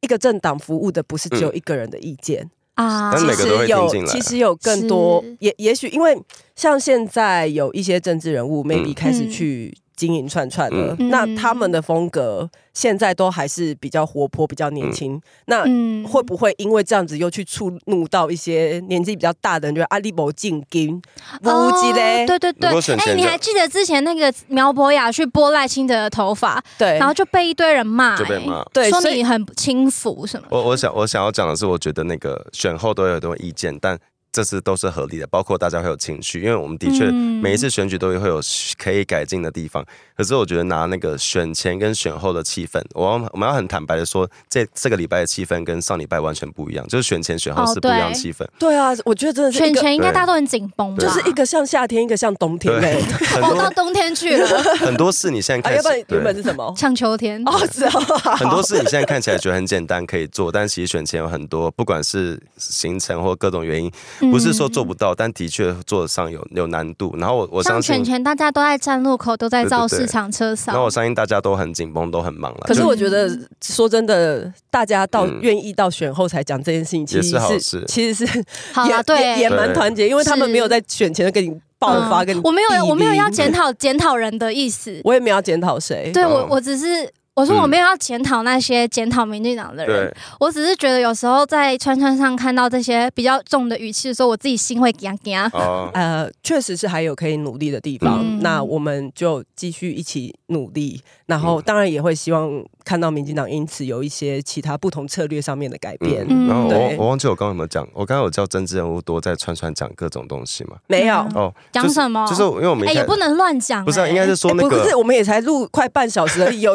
S1: 一个政党服务的不是只有
S3: 嗯
S1: 一个人的意见，
S2: 啊
S3: 但每个都会听进来
S1: 其实有更多
S2: 是，
S1: 也也许因为像现在有一些政治人物，maybe
S3: 嗯
S1: 开始去经营串串了，
S2: 嗯
S1: 那他们的风格现在都还是比较活泼，比较年轻。那
S2: 嗯
S1: 会不会因为这样子又去触怒到一些年纪比较大的人，觉啊得阿力伯进京，无忌嘞
S2: 哦？对对对
S3: 如果选，前
S2: 哎，你
S3: 者
S2: 还记得之前那个苗博雅去拨赖清德的头发，
S1: 对
S2: 然后就被一堆人骂，
S3: 就被
S2: 哎
S3: 骂
S1: 对
S2: 说
S1: 所以
S2: 你很轻浮什么的。
S3: 我我想我想要讲的是，我觉得那个选后都有很多意见，但这次都是合理的，包括大家会有情绪，因为我们的确
S2: 嗯
S3: 每一次选举都会有可以改进的地方。可是我觉得拿那个选前跟选后的气氛，我要我们要很坦白的说，这这个礼拜的气氛跟上礼拜完全不一样，就是选前选后
S2: 哦
S3: 是不一样
S2: 对
S3: 气氛，
S1: 对啊，我觉得真的是一
S2: 选
S1: 个，
S2: 前应该大家都很紧绷吧，
S1: 就是一个像夏天，一个像冬天 嘞、
S3: 啊很
S2: 哦，到
S3: 多
S2: 冬天去了，
S3: 很多事你现在
S1: 啊，
S3: 开
S1: 要不然
S3: 始
S1: 原本
S3: 对。
S1: 是什么？
S2: 抢秋天。
S1: 哦，是哦，
S3: 很多事你现在看起来觉得很简单可以做，但其实选前有很多，不管是行程或各种原因，
S2: 嗯
S3: 不是说做不到，但的确做得上有有难度。然后我我
S2: 像
S3: 相
S2: 全
S3: 信，
S2: 全大家都在站路口，都在造
S3: 对对
S2: 市
S3: 对
S2: 场车
S3: 然后
S2: 扫
S3: 我。相信大家都很紧绷，都很忙了。
S1: 可是
S3: 就
S1: 我觉得，说真的，大家到
S3: 嗯
S1: 愿意到选后才讲这件事情，其
S3: 也
S1: 实
S3: 是好
S1: 是
S3: 事
S1: 其实是
S2: 好
S1: 也
S2: 了，
S1: 也也
S2: 对，
S1: 蛮团结，因为他们
S2: 是
S1: 没有在选前就跟你爆发，跟你
S2: 我没
S1: 逼
S2: 有，
S1: 逼
S2: 我没有要检，讨检讨人的意思。
S1: 我也没有要检讨谁，
S2: 对我
S3: 哦，
S2: 我只是我说
S3: 嗯
S2: 我没有要检讨那些检讨民进党的人，
S3: 对，
S2: 我只是觉得有时候在川川上看到这些比较重的语气的时候，我自己心会痒痒。
S3: 哦，
S1: 呃，确实是还有可以努力的地方。
S2: 嗯
S1: 那我们就继续一起努力，然后当然也会希望看到民进党因此有一些其他不同策略上面的改变。
S2: 嗯
S3: 然后我
S1: 对
S3: 我忘记我刚刚有没有讲，我刚刚有叫政治人物多在串串讲各种东西嘛？
S1: 没有，
S2: 嗯
S3: 哦，
S2: 讲什么？
S3: 就是因为我们
S2: 哎，
S3: 一开
S2: 也不能乱讲。
S3: 不是啊，
S2: 哎
S3: 应该是说
S1: 哎
S3: 那
S1: 不是，
S3: 个。
S1: 我们也才录快半小时而已，有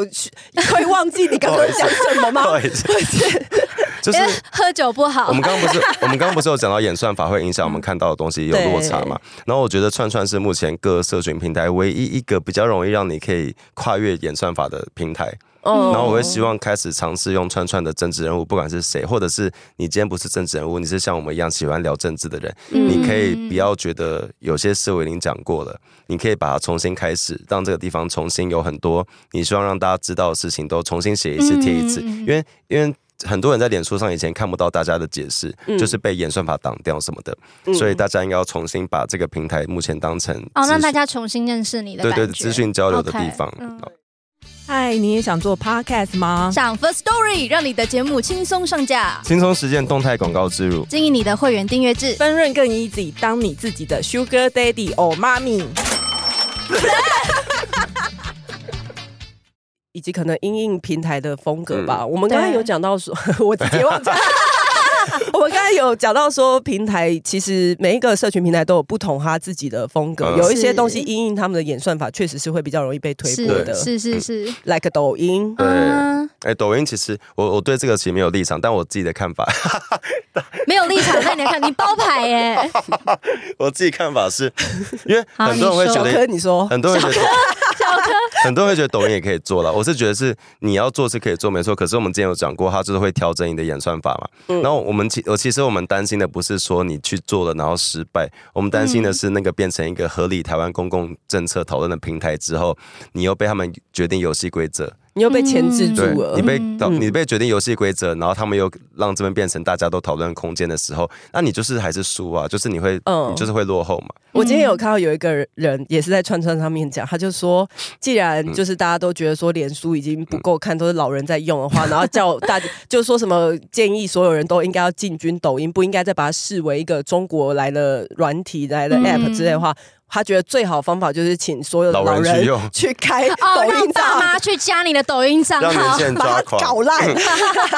S1: 会忘记你刚刚讲什么吗？
S3: 不好意 思就是
S2: 因为 喝酒不好
S3: 我。们刚刚不是我们刚刚不是有讲到演算法会影响我们看到的东西有落差嘛？然后我觉得串串是目前各社群平台唯一一个比较容易让你可以跨越演算法的平台。
S1: 嗯
S3: 然后我会希望开始尝试用串串的政治人物，不管是谁，或者是你今天不是政治人物，你是像我们一样喜欢聊政治的人，
S1: 嗯
S3: 你可以不要觉得有些事我已经讲过了，你可以把它重新开始，让这个地方重新有很多你希望让大家知道的事情都重新写一次贴一
S2: 嗯
S3: 次，因为因为。很多人在脸书上以前看不到大家的解释，就是被演算法挡掉什么的，所以大家应该要重新把这个平台目前当成
S2: 哦，让
S3: 资
S2: 大家重新认识你的
S3: 对
S2: 感觉。
S3: 对资讯交流的地
S2: OK，
S3: 方。哦
S2: 嗯
S5: 嗨，你也想做 podcast 吗？
S4: 上 First Story 让你的节目轻松上架，
S3: 轻松实践动态广告植入，
S4: 经营你的会员订阅 制。
S5: 分润更 easy，当你自己的 sugar daddy or mommy。
S1: 以及可能因应平台的风格吧。我们刚才有讲到说， 我直接忘记了。 我们刚才有讲到说，平台其实每一个社群平台都有不同它自己的风格，
S3: 嗯
S1: 有一些
S2: 是
S1: 东西因应他们的演算法，确实是会比较容易被推
S2: 是
S1: 播的
S2: 是是是，
S1: ，like 抖音。
S3: 嗯对
S2: 嗯，
S3: 哎、抖音其实我我对这个其实没有立场，但我自己的看法，
S2: 没有立场，那你来看，你包牌 耶，
S3: 我自己看法是， 因为
S2: 好
S3: 很多人会觉
S1: 哦小柯，
S3: 得，
S1: 你说
S3: 很多人觉得，很多人会觉得抖音也可以做了。我是觉得是你要做是可以做没错，可是我们之前有讲过，它就是会调整你的演算法嘛。
S1: 嗯
S3: 然后我们其我其实我们担心的不是说你去做了然后失败，我们担心的是那个变成一个合理台湾公共政策讨论的平台之后，你又被他们决定游戏规则。
S1: 你又被钳制住
S3: 对
S1: 了。
S3: 你被导
S1: 嗯
S3: 你被决定游戏规则，然后他们又让这边变成大家都讨论空间的时候，那你就是还是输啊，就是你会，
S1: 嗯
S3: 你就是会落后嘛。
S1: 我今天
S3: 嗯
S1: 有看到有一个人也是在串串上面讲，他就说，既然
S3: 嗯
S1: 就是大家都觉得说脸书已经不够看，都是老人在用的 话，然后叫大家就说什么建议所有人都应该要进军抖音，不应该再把它视为一个中国来的软体来的
S2: 嗯
S1: app 之类的话，他觉得最好方法就是请所有的
S3: 老
S1: 老
S3: 人去
S1: 人
S3: 用
S1: 去开
S2: 哦，
S1: 抖
S2: 让
S1: 音账
S2: 爸
S1: 号，
S2: 妈去加你的抖音账
S3: 让年
S2: 号
S3: 轻，人抓
S1: 把它
S3: 狂，
S1: 搞烂。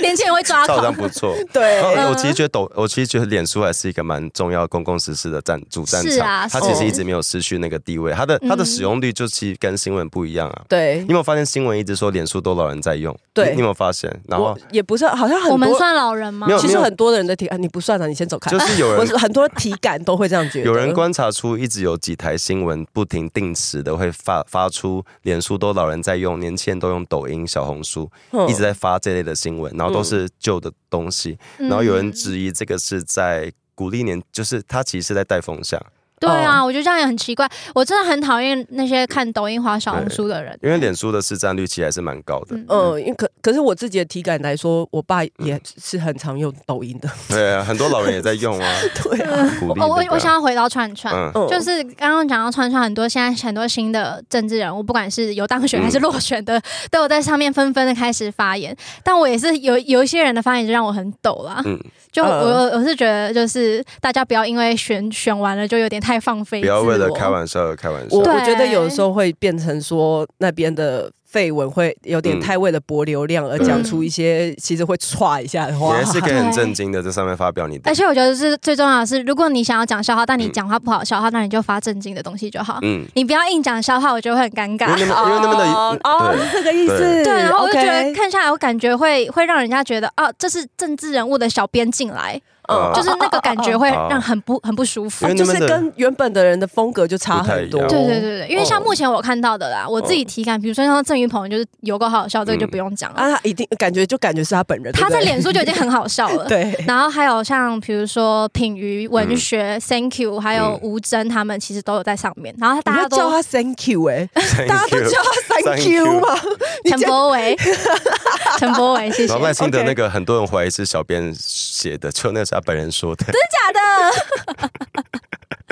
S2: 年轻人会抓
S3: 照样
S2: 狂。
S3: 不错。
S1: 啊 对
S3: 然，后我
S2: 嗯
S3: 其实觉得抖，我其实觉得脸书还是一个蛮重要的公共实施的战主战
S2: 是
S3: 场，
S2: 啊
S3: 它其
S1: 是哦
S3: 实一直没有失去那个地位，它的它的
S2: 嗯
S3: 使用率就其实跟新闻不一样啊。
S1: 对
S3: 你有，没有发现新闻一直说脸书都老人在用？
S1: 对
S3: 你你有没有发现？然后
S1: 我也不是好像很
S2: 我们
S1: 多，
S2: 算老人吗
S3: 没？有
S1: 其实很多人的体啊，你不算了，你先走开
S3: 就。是有
S1: 我
S3: 人
S1: 是很多体感都会这样觉得，
S3: 有人观察出，一直有几台新闻不停定时的会发发出，脸书都老人在用，年轻人都用抖音、小红书，
S1: 嗯
S3: 一直在发这类的新闻，然后都是旧的东西，然后有人
S2: 嗯
S3: 质疑这个是在鼓励年，就是他其实是在带风向，
S2: 对啊，
S3: 哦
S2: 我觉得这样也很奇怪。我真的很讨厌那些看抖音、滑小红书的人。
S3: 因为脸书的市占率其实还是蛮高的，
S2: 嗯
S1: 嗯，因为可可是我自己的体感来说，我爸
S3: 嗯
S1: 也是很常用抖音的。
S3: 对啊，很多老人也在用 啊，
S1: 对啊，
S3: 鼓励、
S2: 哦我我我想要回到串串，
S3: 嗯。
S1: 嗯
S2: 就是刚刚讲到串串，很多现在很多新的政治人物，不管是有当
S3: 嗯
S2: 选还是落选的， 都有在上面纷纷的开始发言。但我也是有有一些人的发言就让我很抖啦。
S3: 嗯
S2: 就我、
S1: 呃
S2: 我是觉得，就是大家不要因为选选完了就有点太放飞
S3: 不
S2: 自我，
S3: 要为了开玩笑而开玩笑
S1: 我，
S2: 对
S1: 我觉得有时候会变成说那边的绯闻会有点
S3: 嗯
S1: 太为了博流量而讲出一些其实会歘一下的
S3: 你
S1: 话
S3: 还。是可以很震惊的在上面发表你的
S2: 而，且我觉得是最重要的是，如果你想要讲笑话，但
S1: 嗯
S2: 你讲话不好笑话，那你就发正经的东西就好。
S3: 嗯，
S2: 你不要硬讲笑话，我觉得会很尴
S3: 因为那
S2: 尬。
S3: 么因为那么的嗯
S1: 哦哦，
S3: 对
S1: 是这个意思。
S3: 对
S2: 对，然后我就觉得
S1: OK
S2: 看下来，我感觉会会让人家觉得啊，这是政治人物的小编进来，
S3: 嗯
S2: 就是那个感 觉会
S3: 哦哦哦
S2: 让很不很不舒服
S1: 哦。
S3: 因为
S1: 就
S3: 你们
S1: 是
S3: 的
S1: 跟原本的人的风格就差很多。
S3: 不太
S2: 对对对对，因为像
S1: 哦
S2: 目前我看到的啦，我自己体感，比如说像郑云鹏，就是有够好笑，这个就不用讲了。
S1: 啊，他一定感觉就感觉是他本人。
S2: 他
S1: 对
S2: 在
S1: 不对。
S2: 脸书就已经很好笑了
S1: 对，嗯
S2: 然后还有像比如说品瑜文学、Thank you，还有
S3: 嗯
S2: 吴征他们，其实都有在上面。然后
S1: 你
S2: 大家
S1: 会叫
S2: 都
S1: 他 Thank you 哎，大家
S3: Thank
S1: 都
S3: you
S1: 叫他 Thank
S3: Thank
S1: you
S3: you
S1: 吗？ 你
S2: 陈
S1: 这样
S2: 柏伟，陈柏伟，谢谢。
S3: 然后赖清德
S1: OK
S3: 那个很多人怀疑是小编写的，就那是他本人说的，
S2: 假的？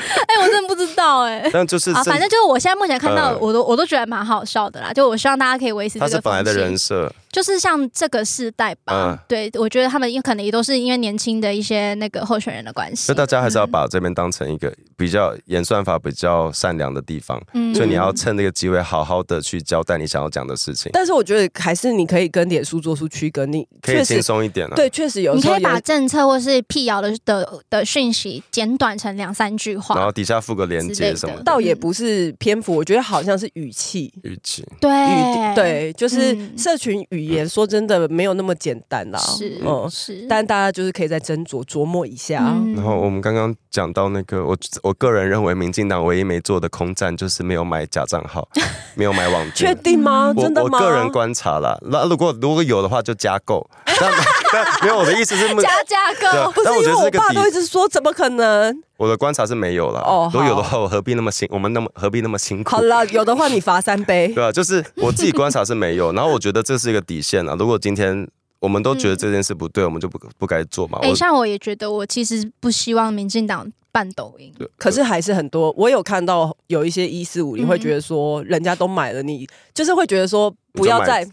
S2: 哎、我真的不知道哎、
S3: 但就是
S2: 啊，
S3: 这
S2: 反正就是我现在目前看到的，
S3: 呃
S2: 我都我都觉得蛮好笑的啦。就我希望大家可以维持
S3: 他
S2: 这
S3: 是
S2: 个
S3: 本来
S2: 风
S3: 的
S2: 气
S3: 人设，
S2: 就是像这个世代吧。
S3: 嗯
S2: 对，我觉得他们也可能也都是因为年轻的一些那个候选人的关系
S3: 所以。大家还是要把这边当成一个比较演算法比较善良的地方，
S2: 嗯
S3: 所以你要趁这个机会好好的去交代你想要讲的事情，
S1: 但是我觉得还是你可以跟脸书做出区隔，你
S3: 可以
S1: 确
S3: 轻
S1: 实
S3: 松一点了、啊
S1: 对，确实有
S2: 你
S1: 时
S2: 可
S1: 候
S2: 以
S1: 有
S2: 把政策或是辟谣的的的讯息简短成两三句
S3: 然
S2: 话
S3: 后。底下附个连
S2: 之类
S3: 接
S2: 的
S3: 什么的嗯
S1: 倒
S2: 嗯
S1: 也不是篇幅，我觉得好像是语气。
S3: 语气，
S2: 对
S1: 语对，就是
S2: 嗯
S1: 社群语言，说真的没有那么简单啦。
S2: 是
S1: 嗯，
S2: 是，
S1: 但大家就是可以再斟酌琢磨一下。啊
S2: 嗯
S3: 然后我们刚刚讲到那个，我我个人认为民进党唯一没做的空战就是没有买假 账号，没有买网军
S1: 确。定吗？
S3: 嗯我
S1: 真的
S3: 我
S1: 吗？
S3: 个人观察啦，那如果如果有的话就加购， 但但没有我的意思是没有，
S2: 加加
S3: 对
S2: 购
S3: 啊。
S1: 不是
S3: 但我
S1: 因
S3: 觉
S1: 为
S3: 得
S1: 我
S3: 是个
S1: 爸都一
S3: 底，
S1: 直说，怎么可能？
S3: 我的观察是没有啦。
S1: 哦
S3: 如果有的
S1: 好
S3: 话，我何必那么辛，我们那么何必那么辛苦
S1: 好？了，有的话你罚三杯。
S3: 对啊，就是我自己观察是没有，然后我觉得这是一个底线啊。如果今天我们都觉得这件事不对，我们就不不该做嘛。
S2: 哎、
S3: 我
S2: 像我也觉得，我其实不希望民进党办抖音。
S1: 可是还是很多，我有看到有一些一四五零
S2: 嗯
S1: 会觉得说，人家都买了，你就是会觉得说，不要再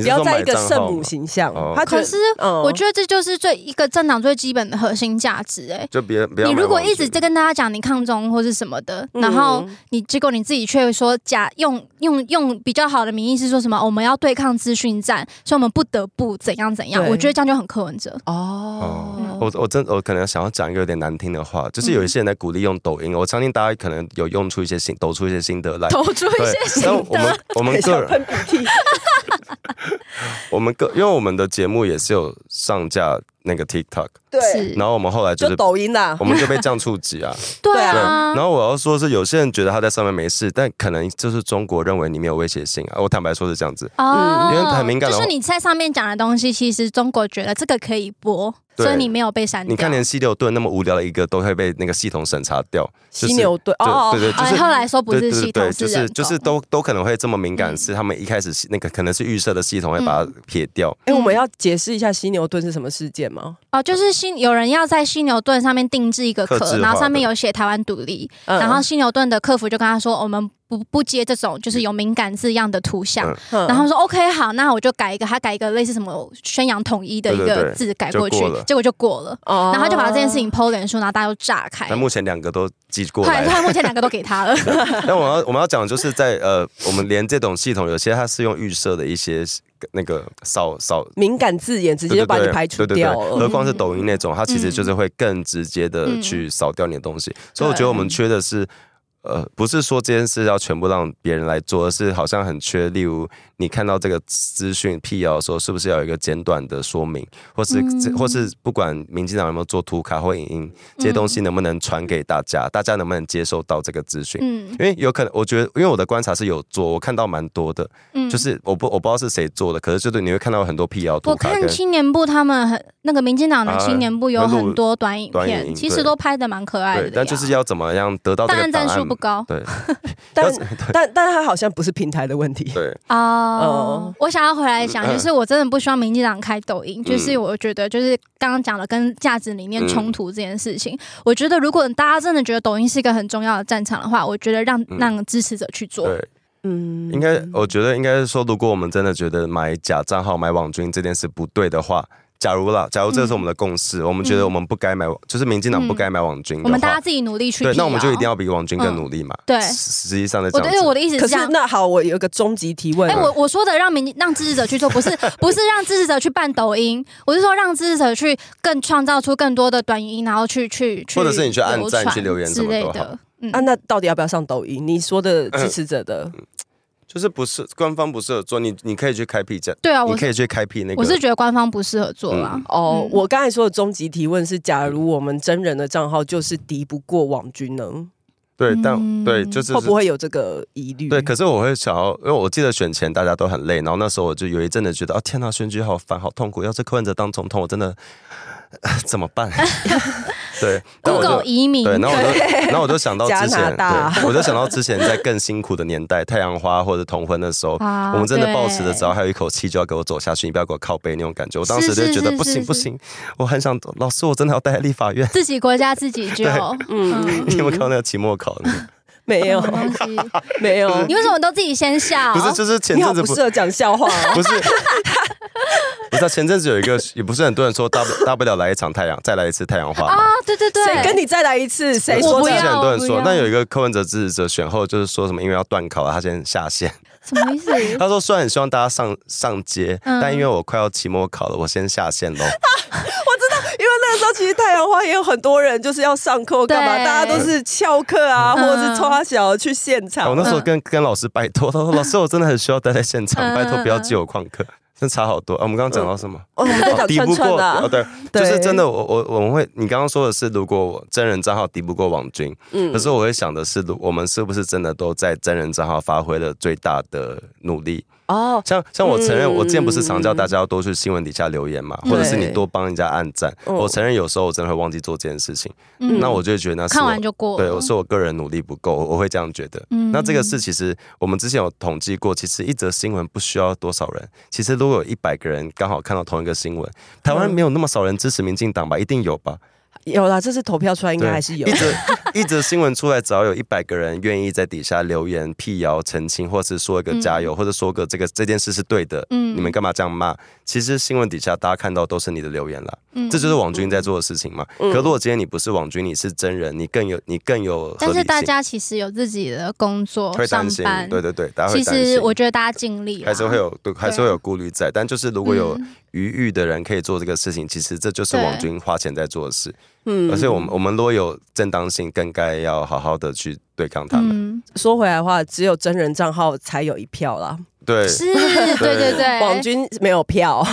S1: 不
S3: 是说
S1: 要在
S3: 买
S1: 一个
S3: 账号
S1: 圣母
S3: 吗
S1: 形象
S3: 哦。
S1: 他觉
S2: 可
S1: 得
S2: 是
S1: 嗯
S2: 我觉得这就是最一个政党最基本的核心价值、哎。
S3: 就别不要
S2: 你
S3: 买
S2: 如果
S3: 网
S2: 一直
S3: 军
S2: 在跟大家讲你抗中或是什么的，然后
S1: 嗯
S2: 你结果你自己却说假用用用比较好的名义是说什么我们要对抗资讯战，所以我们不得不怎样怎样。
S1: 对
S2: 我觉得这样就很柯文哲。
S1: 哦，
S3: 我我真我可能想要讲一个有点难听的话，就是有一些人在鼓励用抖音，我相信大家可能有用出一些心，抖出一些心得来。
S2: 投出一些心
S3: 但我
S2: 得，
S3: 们我 们 个
S1: 想
S3: 人
S1: 喷鼻涕。
S3: 我们个，因为我们的节目也是有上架那个 TikTok，
S5: 对，
S2: 是，
S3: 然后我们后来就
S5: 就是抖音啦
S1: 啊
S3: 我，们就被这样触及啊。
S2: 对
S3: 对，
S2: 啊
S3: 然，后我要说是有些人觉得他在上面没事，但可能就是中国认为你没有威胁性啊。我坦白说是这样子，
S2: 哦
S3: 嗯因为很敏感的
S2: 就
S3: 话
S2: 是你在上面讲的东西，其实中国觉得这个可以播，
S3: 对
S2: 所以你没有被删掉。
S3: 你看连西六顿那么无聊的一个都会被那个系统审查掉，就是
S5: 犀牛队
S3: 对
S5: 哦，
S3: 对对，就
S2: 哦
S3: 是
S2: 后来说不是
S3: 对对
S2: 系
S3: 对，
S2: 统，
S3: 就是
S2: 人
S3: 就是
S2: 工
S3: 都都可能会这么敏感，
S2: 嗯
S3: 是他们一开始那个可能是预设的系统会把它撇掉。
S5: 哎，
S2: 嗯
S5: 我们要解释一下犀牛顿是什么事件吗？
S2: 哦，就是犀有人要在犀牛顿上面定制一个
S3: 客制化
S2: 壳，
S3: 的
S2: 然后上面有写台湾独立，
S5: 嗯
S2: 然后犀牛顿的客服就跟他说，我们不不接这种就是有敏感字样的图像。
S3: 嗯
S5: 嗯
S2: 然后说 OK 好，那我就改一个，他改一个类似什么宣扬统一的一
S3: 对对
S2: 个
S3: 对
S2: 字改
S3: 就
S2: 过去
S3: 过了，
S2: 结果就过了。
S5: 哦
S2: 然后他就把这件事情剖脸书，然后大家都炸开。
S3: 但目前两个都记过
S2: 快
S3: 来了。
S2: 快，目前两个都给他 了。
S3: 但我要我们要讲的就是在呃，我们连这种系统有些它是用预设的一些那个扫扫
S5: 敏感字眼直接就把你排除掉
S3: 对对对对
S5: 了嗯
S3: 何。况是抖音那种，它其实就是会更直接的去扫掉你的东西。所以我觉得我们缺的是。呃，不是说这件事要全部让别人来做，而是好像很缺。例如，你看到这个资讯辟谣的时候，是不是要有一个简短的说明，或是、
S2: 嗯
S3: 或是不管民进党有没有做图卡或影音，这些东西能不能传给大家，大家能不能接受到这个资讯？
S2: 嗯
S3: 因为有可能，我觉得，因为我的观察是有做，我看到蛮多的，
S2: 嗯
S3: 就是我不我不知道是谁做的，可是就是你会看到很多辟谣图
S2: 我
S3: 卡跟
S2: 看青年部他们很那个民进党的
S3: 啊
S2: 青年部有很多短影
S3: 短影
S2: 片，
S3: 音
S2: 其实
S3: 对
S2: 都拍的蛮可爱的
S3: 对
S2: 呀，，
S3: 但就是要怎么样得到这
S2: 档案
S3: 个档
S2: 战术
S3: 案
S2: 不？高
S3: 对
S5: 但但但他好像不是平台的问题。
S3: 对，
S2: 哦
S5: 哦。
S2: 我想要回来讲，
S3: 嗯
S2: 就是我真的不希望民进党开抖音，
S3: 嗯
S2: 就是我觉得就是刚刚讲的跟价值理念冲突这件事情，我觉得如果大家真的觉得抖音是一个很重要的战场的话，我觉得让
S3: 嗯
S2: 让支持者去做。
S3: 对，
S5: 嗯
S3: 应该哦我觉得应该是说，如果我们真的觉得买假账号、买网军这件事不对的话，假如啦，假如这是我们的共识，我们觉得我们不该买，就是民进党不该买网军
S2: 嗯我们
S3: 的
S2: 大家
S3: 话，
S2: 自己努力去辟
S3: 对
S2: 谣。，
S3: 那我们就一定要比网军
S2: 嗯
S3: 更努力嘛。
S2: 对
S3: 实实际上的这
S2: 我
S3: 样
S2: 对我
S3: 子，
S2: 的意思
S5: 可
S2: 是这样
S5: 是。那好，我有一个终极提问
S2: 哎、，
S3: 嗯
S2: 我我说的让民让支持者去做，不是不是让支 持者去办抖音，我是说让支持者去更创造出更多的短影音，然后去去去，
S3: 或者是你去按赞
S2: 传
S3: 去留言什
S2: 之
S3: 么都
S2: 类
S3: 好
S2: 的。嗯
S5: 啊，那到底要不要上抖音？你说的
S3: 呃
S5: 支持者的，
S3: 就是不是官方不适合做，你你可以去开辟这，
S2: 对啊，
S3: 你
S2: 我
S3: 可
S2: 是
S3: 以去开辟那个，
S2: 我是觉得官方不适合做啦。
S3: 嗯
S5: 哦
S2: 嗯，
S5: 我刚才说的终极提问是：假如我们真人的账号就是敌不过网军呢，
S3: 对，但
S2: 嗯
S3: 对就是
S5: 会不会有这个疑虑？
S3: 对，可是我会想要，因为我记得选前大家都很累，然后那时候我就有一阵子觉得，哦天呐，选举好烦，好痛苦。要是柯文哲当总统，我真的、 呃怎么办？ 对，但我
S2: Google
S3: 就
S2: 移民，
S3: 对，然后我就，然后我就想到之
S5: 加拿
S3: 前，
S5: 大
S3: 对，我就想到之前在更辛苦的年代，太阳花或者同婚的时候，
S2: 啊
S3: 我们真的抱持着
S2: 对
S3: 只要还有一口气就要给我走下去，你不要给我靠背那种感觉。我当
S2: 是
S3: 时就是觉得
S2: 是
S3: 不
S2: 是
S3: 行不
S2: 是
S3: 行，我很想走，老师，我真的要待在立法院。
S2: 自己国家自己救，嗯，
S3: 你有没有看到那个期末考？
S5: 没 有
S2: 什，么东西，
S5: 没有，
S2: 你为什么都自己先笑？
S3: 不是，就是前
S5: 你好
S3: 阵子
S5: 不适合讲笑话哦。
S3: 不是， 不是、啊、前阵子有一个，也不是很多人说大不大不了来一场太阳，再来一次太阳花嘛。
S2: 啊，对对对，
S5: 谁跟你再来一次？谁说
S2: 我不
S5: 的
S2: 要
S3: 之前很多人说
S2: 我，不要
S3: 但有一个柯文哲支持者选后就是说什么，因为要断考了，他先下线。
S2: 什么 意思？
S3: 他说虽然很希望大家上上街，
S2: 嗯
S3: 但因为我快要期末考了，我先下线喽。
S5: 因为那个时候其实太阳花也有很多人就是要上课干嘛，
S2: 对
S5: 大家都是翘课啊，
S2: 嗯哦
S5: 或者是抓小去现场。啊
S3: 我那时候跟跟老师拜托，他说老师我真的很需要待在现场，
S2: 嗯
S3: 拜托不要记我旷课。真差好多啊！我们刚刚讲到什么？
S5: 哦我 们在讲
S3: 敌
S5: 串
S3: 不
S5: 串
S3: 过
S5: 的
S3: 哦，
S5: 啊，
S3: 对，
S5: 对
S3: 就是真的，我我我们会，你刚刚说的是，如果我真人账号敌不过网军，
S5: 嗯
S3: 可是我会想的是，如我们是不是真的都在真人账号发挥了最大的努力？
S5: 哦，
S3: 像像我承认，
S5: 嗯
S3: 我之前不是常叫大家要多去新闻底下留言嘛，
S2: 嗯
S3: 或者是你多帮人家按赞。
S5: 嗯
S3: 我承认有时候我真的会忘记做这件事情，
S2: 嗯
S3: 那我就会觉得那是
S2: 看
S3: 我
S2: 完就过了，
S3: 对，我是我个人努力不够，我我会这样觉得。
S2: 嗯
S3: 那这个事其实我们之前有统计过，其实一则新闻不需要多少人，其实如果有一百个人刚好看到同一个新闻，台湾
S5: 嗯
S3: 没有那么少人支持民进党吧？一定有吧？
S5: 有啦，这次投票出来应该
S3: 对
S5: 还是有
S3: 一。则一则新闻出来，只要有一百个人愿意在底下留言辟谣、澄清，或是说一个加油，或者说个这个这件事是对的，
S2: 嗯
S3: 你们干嘛这样骂？其实新闻底下大家看到都是你的留言啦，
S2: 嗯
S3: 这就是网军在做的事情嘛。
S5: 嗯
S3: 可如果今天你不是网军，你是真人，你更有你更有合理性，
S2: 但是大家其实有自己的工作
S3: 会
S2: 哦上
S3: 担心
S2: 班，，
S3: 对对对，大家会
S2: 其
S3: 担心。
S2: 实我觉得大家尽力啦，
S3: 还是会有对，还是会
S2: 对
S3: 有顾虑在，但就是如果有
S2: 嗯
S3: 余裕的人可以做这个事情，其实这就是
S2: 对
S3: 网军花钱在做的事。
S5: 嗯
S3: 而且我们我们如果有正当性，更该要好好的去对抗他们。
S2: 嗯，
S5: 说回来的话，只有真人账号才有一票啦，
S3: 对，
S2: 是，对对对，
S5: 网军没有票，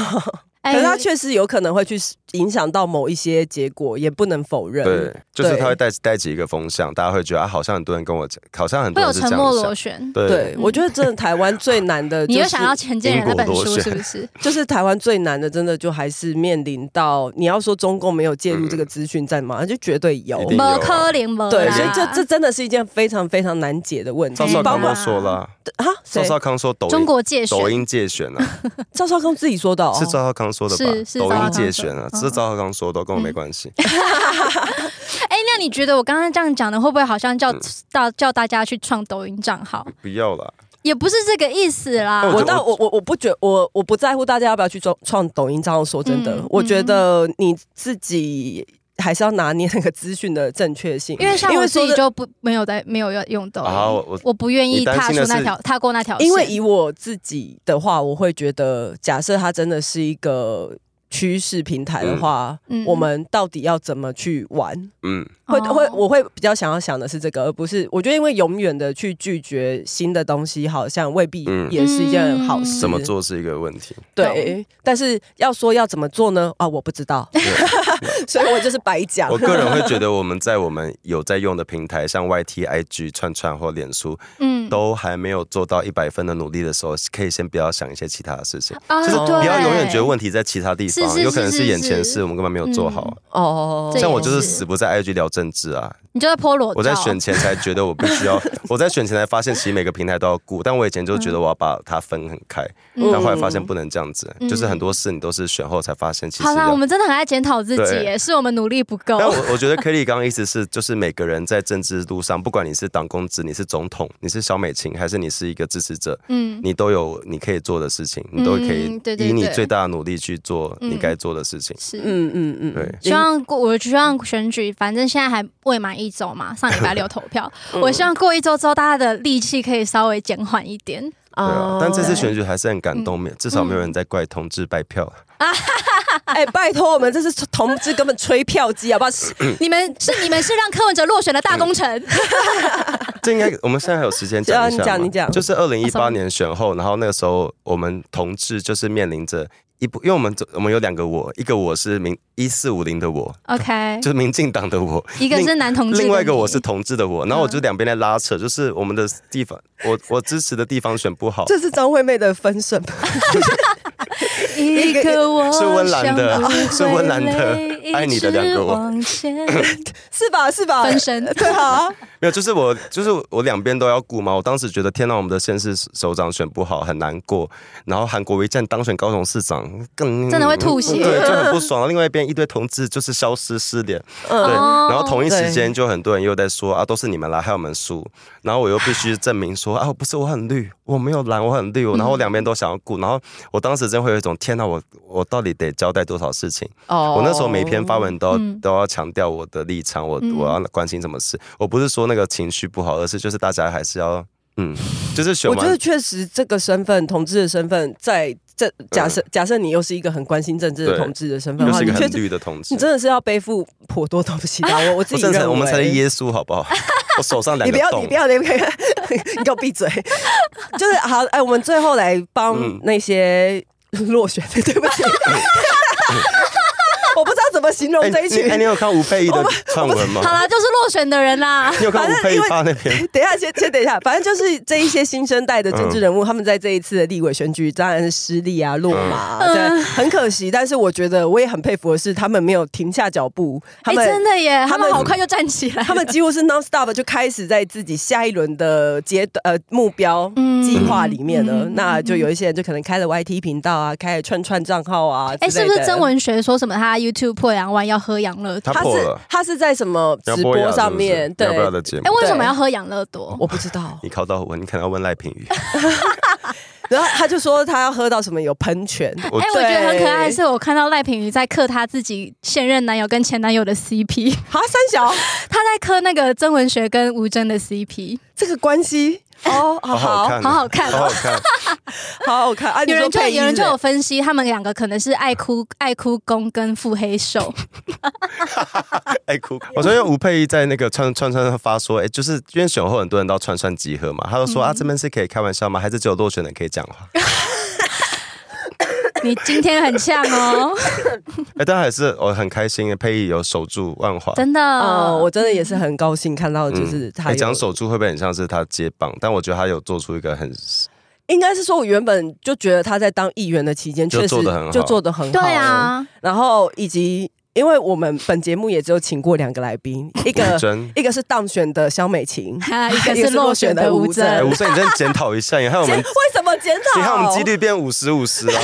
S2: 哎，
S5: 可是他确实有可能会去
S1: 影响到某一些结果，也不能否认。
S3: 对，就是
S1: 对
S3: 他会带带起一个风向，大家会觉得啊，好像很多人跟我讲，好像很
S2: 会
S3: 多
S2: 有
S3: 人是
S2: 沉
S3: 这
S2: 默
S3: 样
S2: 螺
S3: 想。
S2: 旋。
S3: 对，
S1: 对，我觉得真的台湾最难 的、就是，
S2: 你又想到陈建仁那本
S3: 因果
S2: 书
S3: 螺旋
S2: 是不是？
S1: 就是台湾最难的，真的就还是面临到你要说中共没有介入这个资讯战嘛，那就绝对有
S3: 一。定有啊
S2: 摩柯林摩
S1: 对，啊
S2: 啦
S1: 所以这这真的是一件非常非常难解的问题
S3: 赵。少
S1: 包
S3: 康
S1: 括
S3: 都
S2: 啊
S3: 说了，
S1: 啊，
S3: 赵
S1: 谁？
S3: 少康说抖音
S2: 中国界选
S3: 抖音界选啊，
S1: 赵少康自己说的、哦，
S3: 是赵少康说的吧
S2: 是？是
S3: 抖
S2: 赵少
S3: 音
S2: 康
S3: 界选
S2: 说
S3: 啊，
S2: 的嗯
S3: 是赵少康说的，跟我没关系。
S2: 哎，那你觉得我刚刚这样讲的，会不会好像
S3: 嗯
S2: 叫大叫大家去创抖音账号？
S3: 不要啦，
S2: 也不是这个意思啦。
S3: 哎我
S1: 我
S3: 觉得
S1: 倒我我我不觉我我不在乎大家要不要去创创抖音账号。说真的，
S2: 嗯
S1: 我觉得你自己还是要拿捏那个资讯的正确性。
S2: 因为像
S1: 因
S2: 我
S1: 为
S2: 自
S1: 说
S2: 己
S1: 真的
S2: 就不没有在没有要用抖音，
S3: 啊，我我
S2: 我不愿意
S3: 你担
S2: 踏
S3: 心
S2: 出
S3: 的
S2: 那
S3: 是
S2: 条踏过那条线，
S1: 因为以我自己的话，我会觉得，假设它真的是一个趋势平台的话，
S2: 嗯嗯
S1: 我们到底要怎么去玩？
S3: 嗯，
S1: 会
S2: 哦
S1: 会，我会比较想要想的是这个，而不是我觉得，因为永远的去拒绝新的东西，好像未必
S3: 嗯
S1: 也是一件好
S2: 嗯
S1: 事。
S3: 怎么？做是一个问题。
S1: 对，但是要说要怎么做呢？啊，我不知 道，所以我就是白讲
S3: 我。个人会觉得，我们在我们有在用的平台，像 YT、IG、串串或脸书，
S2: 嗯
S3: 都还没有做到一百分的努力的时候，可以先不要想一些其他的事情，
S2: 啊
S3: 就是不要
S2: 对
S3: 永远觉得问题在其他地
S2: 是是
S3: 方，
S2: 是
S3: 有可能
S2: 是
S3: 是眼前
S2: 是嗯
S3: 事我们根本没有做好啊。
S1: 哦
S2: 这也
S3: 像我就是是死不在 IG 聊政治啊，
S2: 你就在泼裸照，
S3: 我在选前才觉得我必 须要，我在选前才发现，其实每个平台都要顾，但我以前就觉得我要把它分很开，
S2: 嗯
S3: 但后来发现不能这样子，
S2: 嗯
S3: 就是很多事你都是选后才发现，其实
S2: 好啦，
S3: 要
S2: 我们真的很爱检讨自己
S3: 对
S2: 耶，是我们努力不够
S3: 但。我我觉得 Kelly 刚刚意思是，就是每个人在政治路上，不管你是党公职，你是总统，你是小美琴，还是你是一个支持者，
S2: 嗯，
S3: 你都有你可以做的事情，你都可以
S2: 嗯对嗯对
S3: 以你
S2: 对
S3: 最大的努力去做你该做的事情。
S2: 是。
S1: 嗯嗯嗯，
S3: 对
S2: 希望过，我希望选举，反正现在还未满一周嘛，上礼拜六投票，
S3: 嗯
S2: 我希望过一周之后，大家的力气可以稍微减缓一点。
S3: 对啊，但这次
S1: 哦
S3: 选举还是很感动，
S2: 嗯
S3: 没有至少没有人在怪同志拜票。
S1: 哎、拜托，我们这是同志根本吹票机，好不好？是
S2: 你们是你们是让柯文哲落选的大功臣，
S3: 这应该我们现在还有时间讲 一下吗
S1: 对啊你讲你讲
S3: 就是二零一
S2: 哦
S3: 八
S2: ，sorry
S3: 年选后，然后那个时候我们同志就是面临着一部，因为我们我们有两个我，一个我是民一四五零的我，
S2: OK，
S3: 就是民进党的我，
S2: 一个是男同志的你，嗯
S3: 另外一个我是同志的我，然后我就两边在拉扯，就是我们的地方，我我支持的地方选不好，
S1: 这是张惠妹的分身 吧，
S2: 一个我
S3: 是温岚的
S2: 想不会
S3: 是温岚的
S2: 累
S3: 爱你的两个我
S2: 一直往前
S1: 是吧？是吧？
S2: 分身
S1: 对啊，
S3: 没有，就是我就是我两边都要顾嘛。我当时觉得天哪，我们的县市首长选不好，很难过。然后韩国瑜竟然当选高雄市长，更
S2: 真的会吐血
S3: 对，就很不爽。啊另外一边一堆同志就是消失失联，对。
S1: 嗯
S2: 哦
S3: 然后同一时间就很多人又在说啊，都是你们啦，害我们输。然后我又必须证明说啊，不是我很绿，我没有蓝，我很绿。然后我两边都想要顾，然后我当时真会有一种天哪，我我到底得交代多少事情？
S1: 哦
S3: 我那时候每篇发文都要、
S2: 嗯
S3: 都要强调我的立场，我
S2: 嗯
S3: 我要关心什么事。我不是说那个情绪不好，而是就是大家还是要嗯，就是选
S1: 我觉得
S3: 完
S1: 确实这个身份，同志的身份，在这假设、假设你又是一个很关心政治的
S3: 对
S1: 同志的身份的
S3: 又
S1: 话，
S3: 是一
S1: 你
S3: 个
S1: 确
S3: 很
S1: 实
S3: 绿的同志
S1: 你，真的是要背负颇多东 西的啊。我我自
S3: 我
S1: 己
S3: 真
S1: 认
S3: 的
S1: 为，
S3: 我们才是耶稣好不 好？我手上两
S1: 你
S3: 个
S1: 不要，
S3: 洞，
S1: 你不要，你不要， 你给我闭 嘴！就是好，哎，我们最后来帮
S3: 嗯那
S1: 那些落选的，对不起， 我不知道怎么形容
S3: 嗯哎
S1: 这一群
S3: 你哎，。你有看吴佩仪的传闻吗
S2: 好？啦，就是落选的人啦。
S3: 你有看
S1: 反正
S3: 吴佩仪
S1: 因为
S3: 发那篇？
S1: 等一下，先先等一下，反正就是这一些新生代的政治人
S2: 嗯
S1: 物，他们在这一次的立委选举当然是失利啊、落马啊、
S2: 嗯
S1: 对，很可惜。但是我觉得我也很佩服的是，他们没有停下脚步，他
S2: 哎，
S1: 们、
S2: 真的耶，他
S1: 他
S2: 们
S1: 们
S2: 好快就站起来了。
S1: 他们几乎是 non stop 就开始在自己下一轮的阶段呃目标
S2: 嗯
S1: 计划里面了。
S2: 嗯
S1: 那就有一些人就可能开了 YT 频道啊，开了串串账号啊，
S2: 哎，是不是曾
S1: 真？
S2: 文学说什么他 YouTube 破羊湾要喝养乐多？
S3: 他
S1: 他
S3: 破
S1: 是
S3: 了
S1: 他是在什么 直
S3: 杨
S1: 播
S3: 雅
S1: 上面？
S3: 是不是要不
S1: 对
S3: 要的，节目
S2: 哎，？为什么要喝养乐多？
S1: 我不知道。
S3: 你靠到我，你可能要问赖品妤。
S1: 然后他就说他要喝到什么有喷 泉，
S3: 我
S2: 哎，我觉得很可爱，是我看到赖品妤在刻她自己现任男友跟前男友的 CP，
S1: 哈三小
S2: 她在刻那个曾文学跟吴峥的 CP，
S1: 这个关系哦， 好
S3: 好好看，啊
S2: 好好看
S3: 好好看。
S1: 好好看啊！你
S2: 有
S1: 说
S2: 人就
S1: 配音
S2: 有人就有
S1: 是
S2: 分析，他们两个可能是爱哭爱哭公跟腹 黑瘦，
S3: 爱哭。 我昨天吴佩仪在那个串串串上发说，哎、就是因为选后很多人到串串集
S2: 嗯
S3: 合嘛，他就说、啊，这边是可以开玩笑吗？还是只有落选的人可以讲话？
S2: 你今天很呛哦，
S3: 哎、但还是我很开心，佩仪有守住万华。
S2: 真的。
S1: 哦，我真的也
S2: 嗯
S1: 是很高兴看到，就是他
S3: 哎
S1: 有
S3: 讲守住会不会很像是他接棒？但我觉得他有做出一 个很
S1: 应该是说，我原本就觉得他在当议员的期间，
S3: 就
S1: 确实
S3: 做得很好
S1: 就做得很好。
S2: 对， 啊，
S1: 然后以及因为我们本节目也只有请过两个来宾，一
S3: 认
S1: 个
S3: 真。
S1: 一个是当选的肖美 琴，
S2: 一个是落选的吴
S3: 哎、
S2: 真
S1: 一，
S3: 吴胜，你真的检讨一下，你看我
S1: 检
S3: 们，
S1: 为什么检讨？
S3: 你看我们几率变五十五十啊。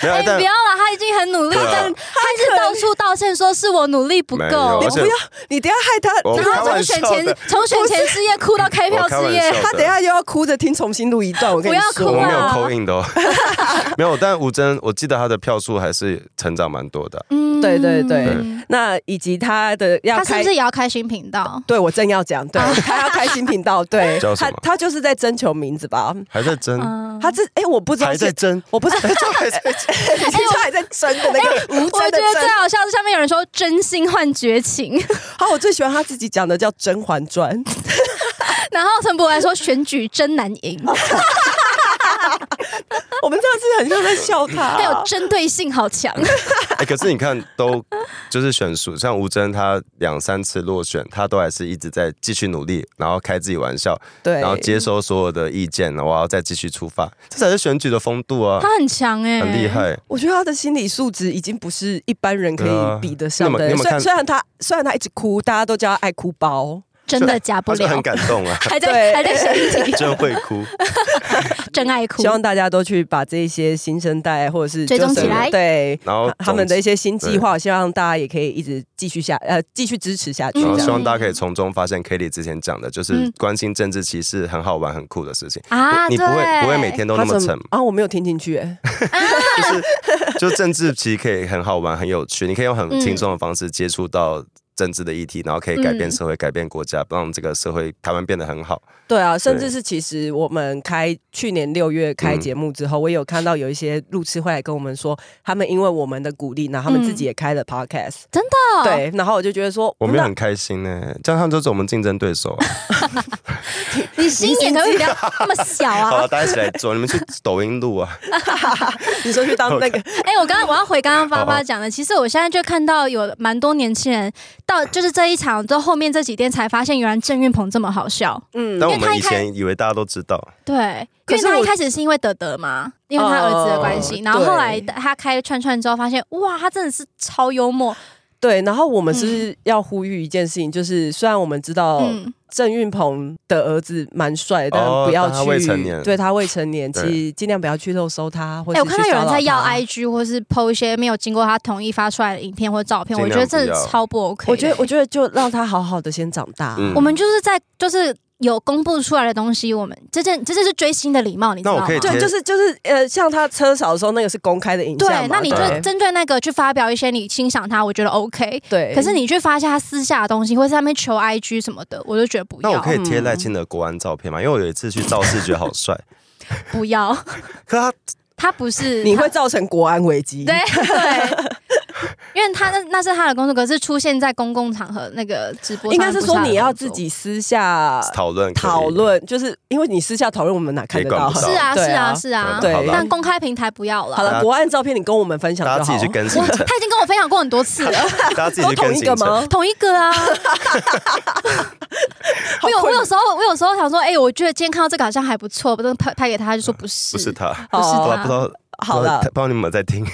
S3: 没有
S2: 哎，，你
S3: 但
S2: 不要了，他已经很努力，
S3: 对啊
S2: 但他是到处道歉，说是我努力不
S3: 没有
S2: 够
S1: 你
S3: 而。且
S1: 不要，你等一下害他，
S3: 我
S2: 然
S3: 开
S2: 后从
S3: 玩
S2: 选
S3: 笑的
S2: 前，从选前之夜哭到开票
S3: 我开
S2: 之
S3: 玩
S2: 夜
S3: 笑，
S1: 他等一下又要哭着听重新录一段。我跟你
S2: 不要
S1: 说，
S3: 我
S2: 哭
S3: 没有
S2: 啊
S3: 扣 印的哦，没有。但吴真，我记得他的票数还是成长蛮多的。啊
S2: 嗯
S1: 对对对
S2: 嗯
S1: 那以及他的要
S2: 他是
S1: 开
S2: 不是也要开新频道？
S1: 对我正要讲，对
S2: 啊
S1: 他要开新频道， 对
S3: 叫什
S1: 他
S3: 么
S1: 他就是在征求名字吧？
S3: 还在争，
S2: 嗯，哎
S1: 他这哎，我不知道
S3: 还在
S1: 是，
S3: 争，
S1: 我不知道，
S3: 还在争。
S1: 你知道还在争的那个无
S2: 我
S1: 真
S2: 觉
S1: 的
S2: 得
S1: 争
S2: 最。好笑是下面有人说真心换绝情，
S1: 好，我最喜欢他自己讲的叫《甄嬛传》，
S2: 然后陈柏来说选举真难赢，
S1: 我们上次很像在笑他。
S2: 还有针对性好强。
S3: 哎、可是你看，都就是选输，像吴真他两三次落选，他都还是一直在继续努力，然后开自己玩笑，
S1: 对
S3: 然，后接收所有的意见，然后我要再继续出发，这才是选举的风度啊，
S2: 他很强哎、
S3: 很厉。害。
S1: 我觉得他的心理素质已经不是一般人可
S3: 对啊
S1: 以比得上
S3: 你有没有
S1: 的。
S3: 你有
S1: 虽
S3: 没有看
S1: 虽然他虽然他一直哭，大家都叫他爱哭包，
S2: 真的假不
S3: 他就很
S2: 了，，
S3: 感动啊
S2: 还在
S1: 对
S2: 还在想一题，
S3: 真会 哭。
S2: 真爱哭
S1: 希。望大家都去把这些新生代或者是
S2: 追踪
S1: 就是
S2: 起来
S1: 对。
S3: 然后
S1: 他们的一些新计
S3: 对
S1: 划，希望大家也可以一直继续下呃继续支持下去。
S2: 嗯
S3: 然后
S1: 这
S3: 希
S1: 样
S3: 望大家可以从中发现 Kelly 之前讲的，就是
S2: 嗯
S3: 关心政治其实很好玩、很酷的事情。
S2: 啊，
S3: 你不会
S2: 对
S3: 不会每天都那么
S1: 他怎
S3: 沉，
S1: 啊？我没有听进去，哎
S3: 就政治其实可以很好玩、很有趣，你可以用很
S2: 嗯
S3: 轻松的方式接触到政治的议题，然后可以改变
S2: 嗯
S3: 社会、改变国家，让这个社会台湾变得很好。
S1: 对 啊，甚至是其实我们开去年六月开节目之后，我也有看到有一些路痴会来跟我们说，他们因为我们的鼓励，然后他们自己也开了 podcast，、
S2: 嗯真的，哦
S1: 对，然后我就觉得说，
S3: 我们也
S1: 那
S3: 很开心呢、这样他们就是我们竞争对手、啊。
S2: 你心眼可不可以不要那么小
S3: 好了，
S2: 啊？
S3: 大家一起来做，你们去抖音录啊，
S1: 你说去 当那个，
S2: 哎、我刚刚我要回刚刚爸爸讲的，其实我现在就看到有蛮多年轻人 到就是这一场之后，后面这几天才发现，原来郑运鹏这么好笑。
S1: 嗯
S3: 但我
S2: 因为他
S3: 们
S2: 一
S3: 以
S2: 开
S3: 前以为大家都知道，
S2: 对，因
S1: 可
S2: 为
S1: 是
S2: 他一
S1: 我
S2: 开始是因为德德嘛，因为他儿子的关系，
S1: 哦
S2: 然后后
S1: 对
S2: 来他开串串之后发现，哇，他真的是超幽默。
S1: 对，然后我们是不是要呼吁一件事情，就是虽然我们知道
S2: 嗯，
S1: 郑运鹏的儿子蛮帅，但
S3: 哦
S1: 不要
S3: 但他
S1: 去，
S3: 未成年
S1: 对他未成年，
S3: 对
S1: 其实尽量不要去肉搜他，或
S2: 哎、
S1: 者
S2: 我看到有人在要
S1: I。
S2: IG 或是 PO 一些没有经过他同意发出来的影片或照片，
S3: 尽
S2: 我
S3: 量
S2: 觉得真的
S3: 不要
S2: 超不 OK 的。
S1: 我觉得，我觉得就让他好好的先长大。
S3: 嗯
S2: 我们就是在就是有公布出来的东西，我们这件这就是追星的礼貌，你知道
S3: 那我
S2: 吗？
S3: 可以
S1: 对，
S3: 接
S1: 就是就是呃，像他车少的时候，那个是公开的影像嘛
S2: 对，那你就
S1: 对
S2: 针对那个去发表一些你欣赏他，我觉得 OK。
S1: 对。
S2: 可是你去发一下他私下的东西，或是他们求 IG 什么的，我就觉得不
S3: 那我
S2: 要，
S3: 可以贴赖清德国安照片吗？因为我有一次去造势，觉得好帅，
S2: 不要。
S3: 可他
S2: 他不是
S1: 你
S2: 他
S1: 会造成国安危机。
S2: 对对，因为他那那是他的工作，可是出现在公共场合那个直播
S1: 应
S2: 上
S1: 该
S2: 不他
S1: 是
S2: 的工
S1: 说
S2: 作，
S1: 你要自己私下
S3: 讨论可以
S1: 讨，论，就是因为你私下讨论，我们哪看得到
S3: 也管？不
S2: 是
S3: 到
S2: 啊
S1: 对
S2: 是啊
S1: 啊
S2: 是啊，
S1: 对
S3: 好了
S2: 但公开平台不要
S1: 好
S2: 了。
S1: 了，国安照片你跟我们分享
S3: 大
S1: 就
S3: 家自
S1: 好
S3: 己去。更新
S2: 我，他已经跟我分享过很多次了，
S3: 大家自己
S1: 都
S3: 去
S1: 同
S3: 更
S1: 一
S3: 新
S1: 个。 吗？
S2: 同一个啊。
S1: 好
S2: 我有我
S1: 困
S2: 有时候我有时候想说，哎，我觉得今天看到这个好像还不错，不都拍拍给他，他就说不是，
S3: 不是他，
S1: 哦
S2: 不是他
S3: 不知道不知道，
S1: 好了
S3: 不知道你们有没有在听，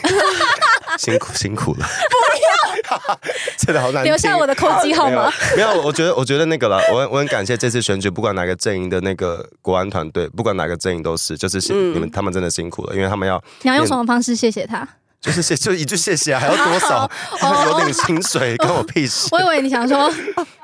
S3: 辛苦辛苦了， 真的好难听
S2: 留下我的扣机号码。
S3: 没有，没有我觉得，我觉得那个啦，我很我很感谢这次选举，不管哪个阵营的那个国安团队，不管哪个阵营都是，就是辛、
S2: 嗯
S3: 你们他们真的辛苦了，因为他们要
S2: 你要用什么方式谢谢他？
S3: 就是谢就一句谢谢啊，还要多 少？他们有领薪水，关我屁事。
S2: 哦我以为你想 说，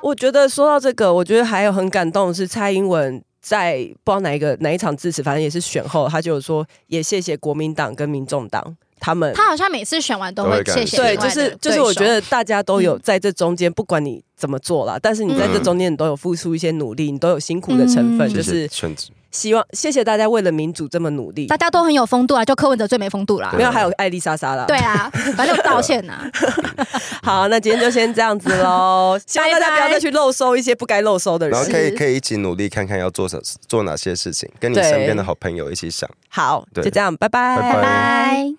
S1: 我觉得说到这个，我觉得还有很感动的是蔡英文。在不知道哪一个哪一场致辞，反正也是选后，他就有说也谢谢国民党跟民众党他们
S2: 他好像每次选完都会
S3: 都会
S2: 谢谢
S3: 感
S1: 对，
S2: 另
S1: 就
S2: 外的
S1: 是就
S2: 对
S1: 是，
S2: 手嗯
S1: 我觉得大家都有在这中间，不管你怎么做啦，但是你在这
S3: 嗯
S1: 中间，你都有付出一些努力，你都有辛苦的成分，
S2: 嗯
S1: 就
S3: 谢谢
S1: 是
S3: 圈子，
S1: 希望谢谢大家为了民主这么努力
S2: 大。家都很有风度啊，就柯文哲最没风度啦。
S1: 没有，还有艾丽莎莎啦。
S2: 对，啊，反正我道歉啊呐、
S1: 好，那今天就先这样子 喽。希望大家不要再去漏收一些不该漏收的
S3: 然后
S1: 人。
S3: 可以
S2: 是
S3: 可以一起努力看看要做什做哪些事情，跟你
S1: 对
S3: 身边的好朋友一起想。
S1: 好，就
S3: 对
S1: 这样，
S3: 拜拜
S2: 拜。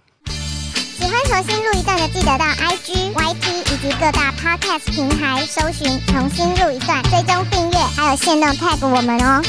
S6: 喜欢重新录一段的，记得到 IG、YT 以及各大 Podcast 平台搜寻“重新录一段”，追踪订阅，还有限定 tag 我们哦。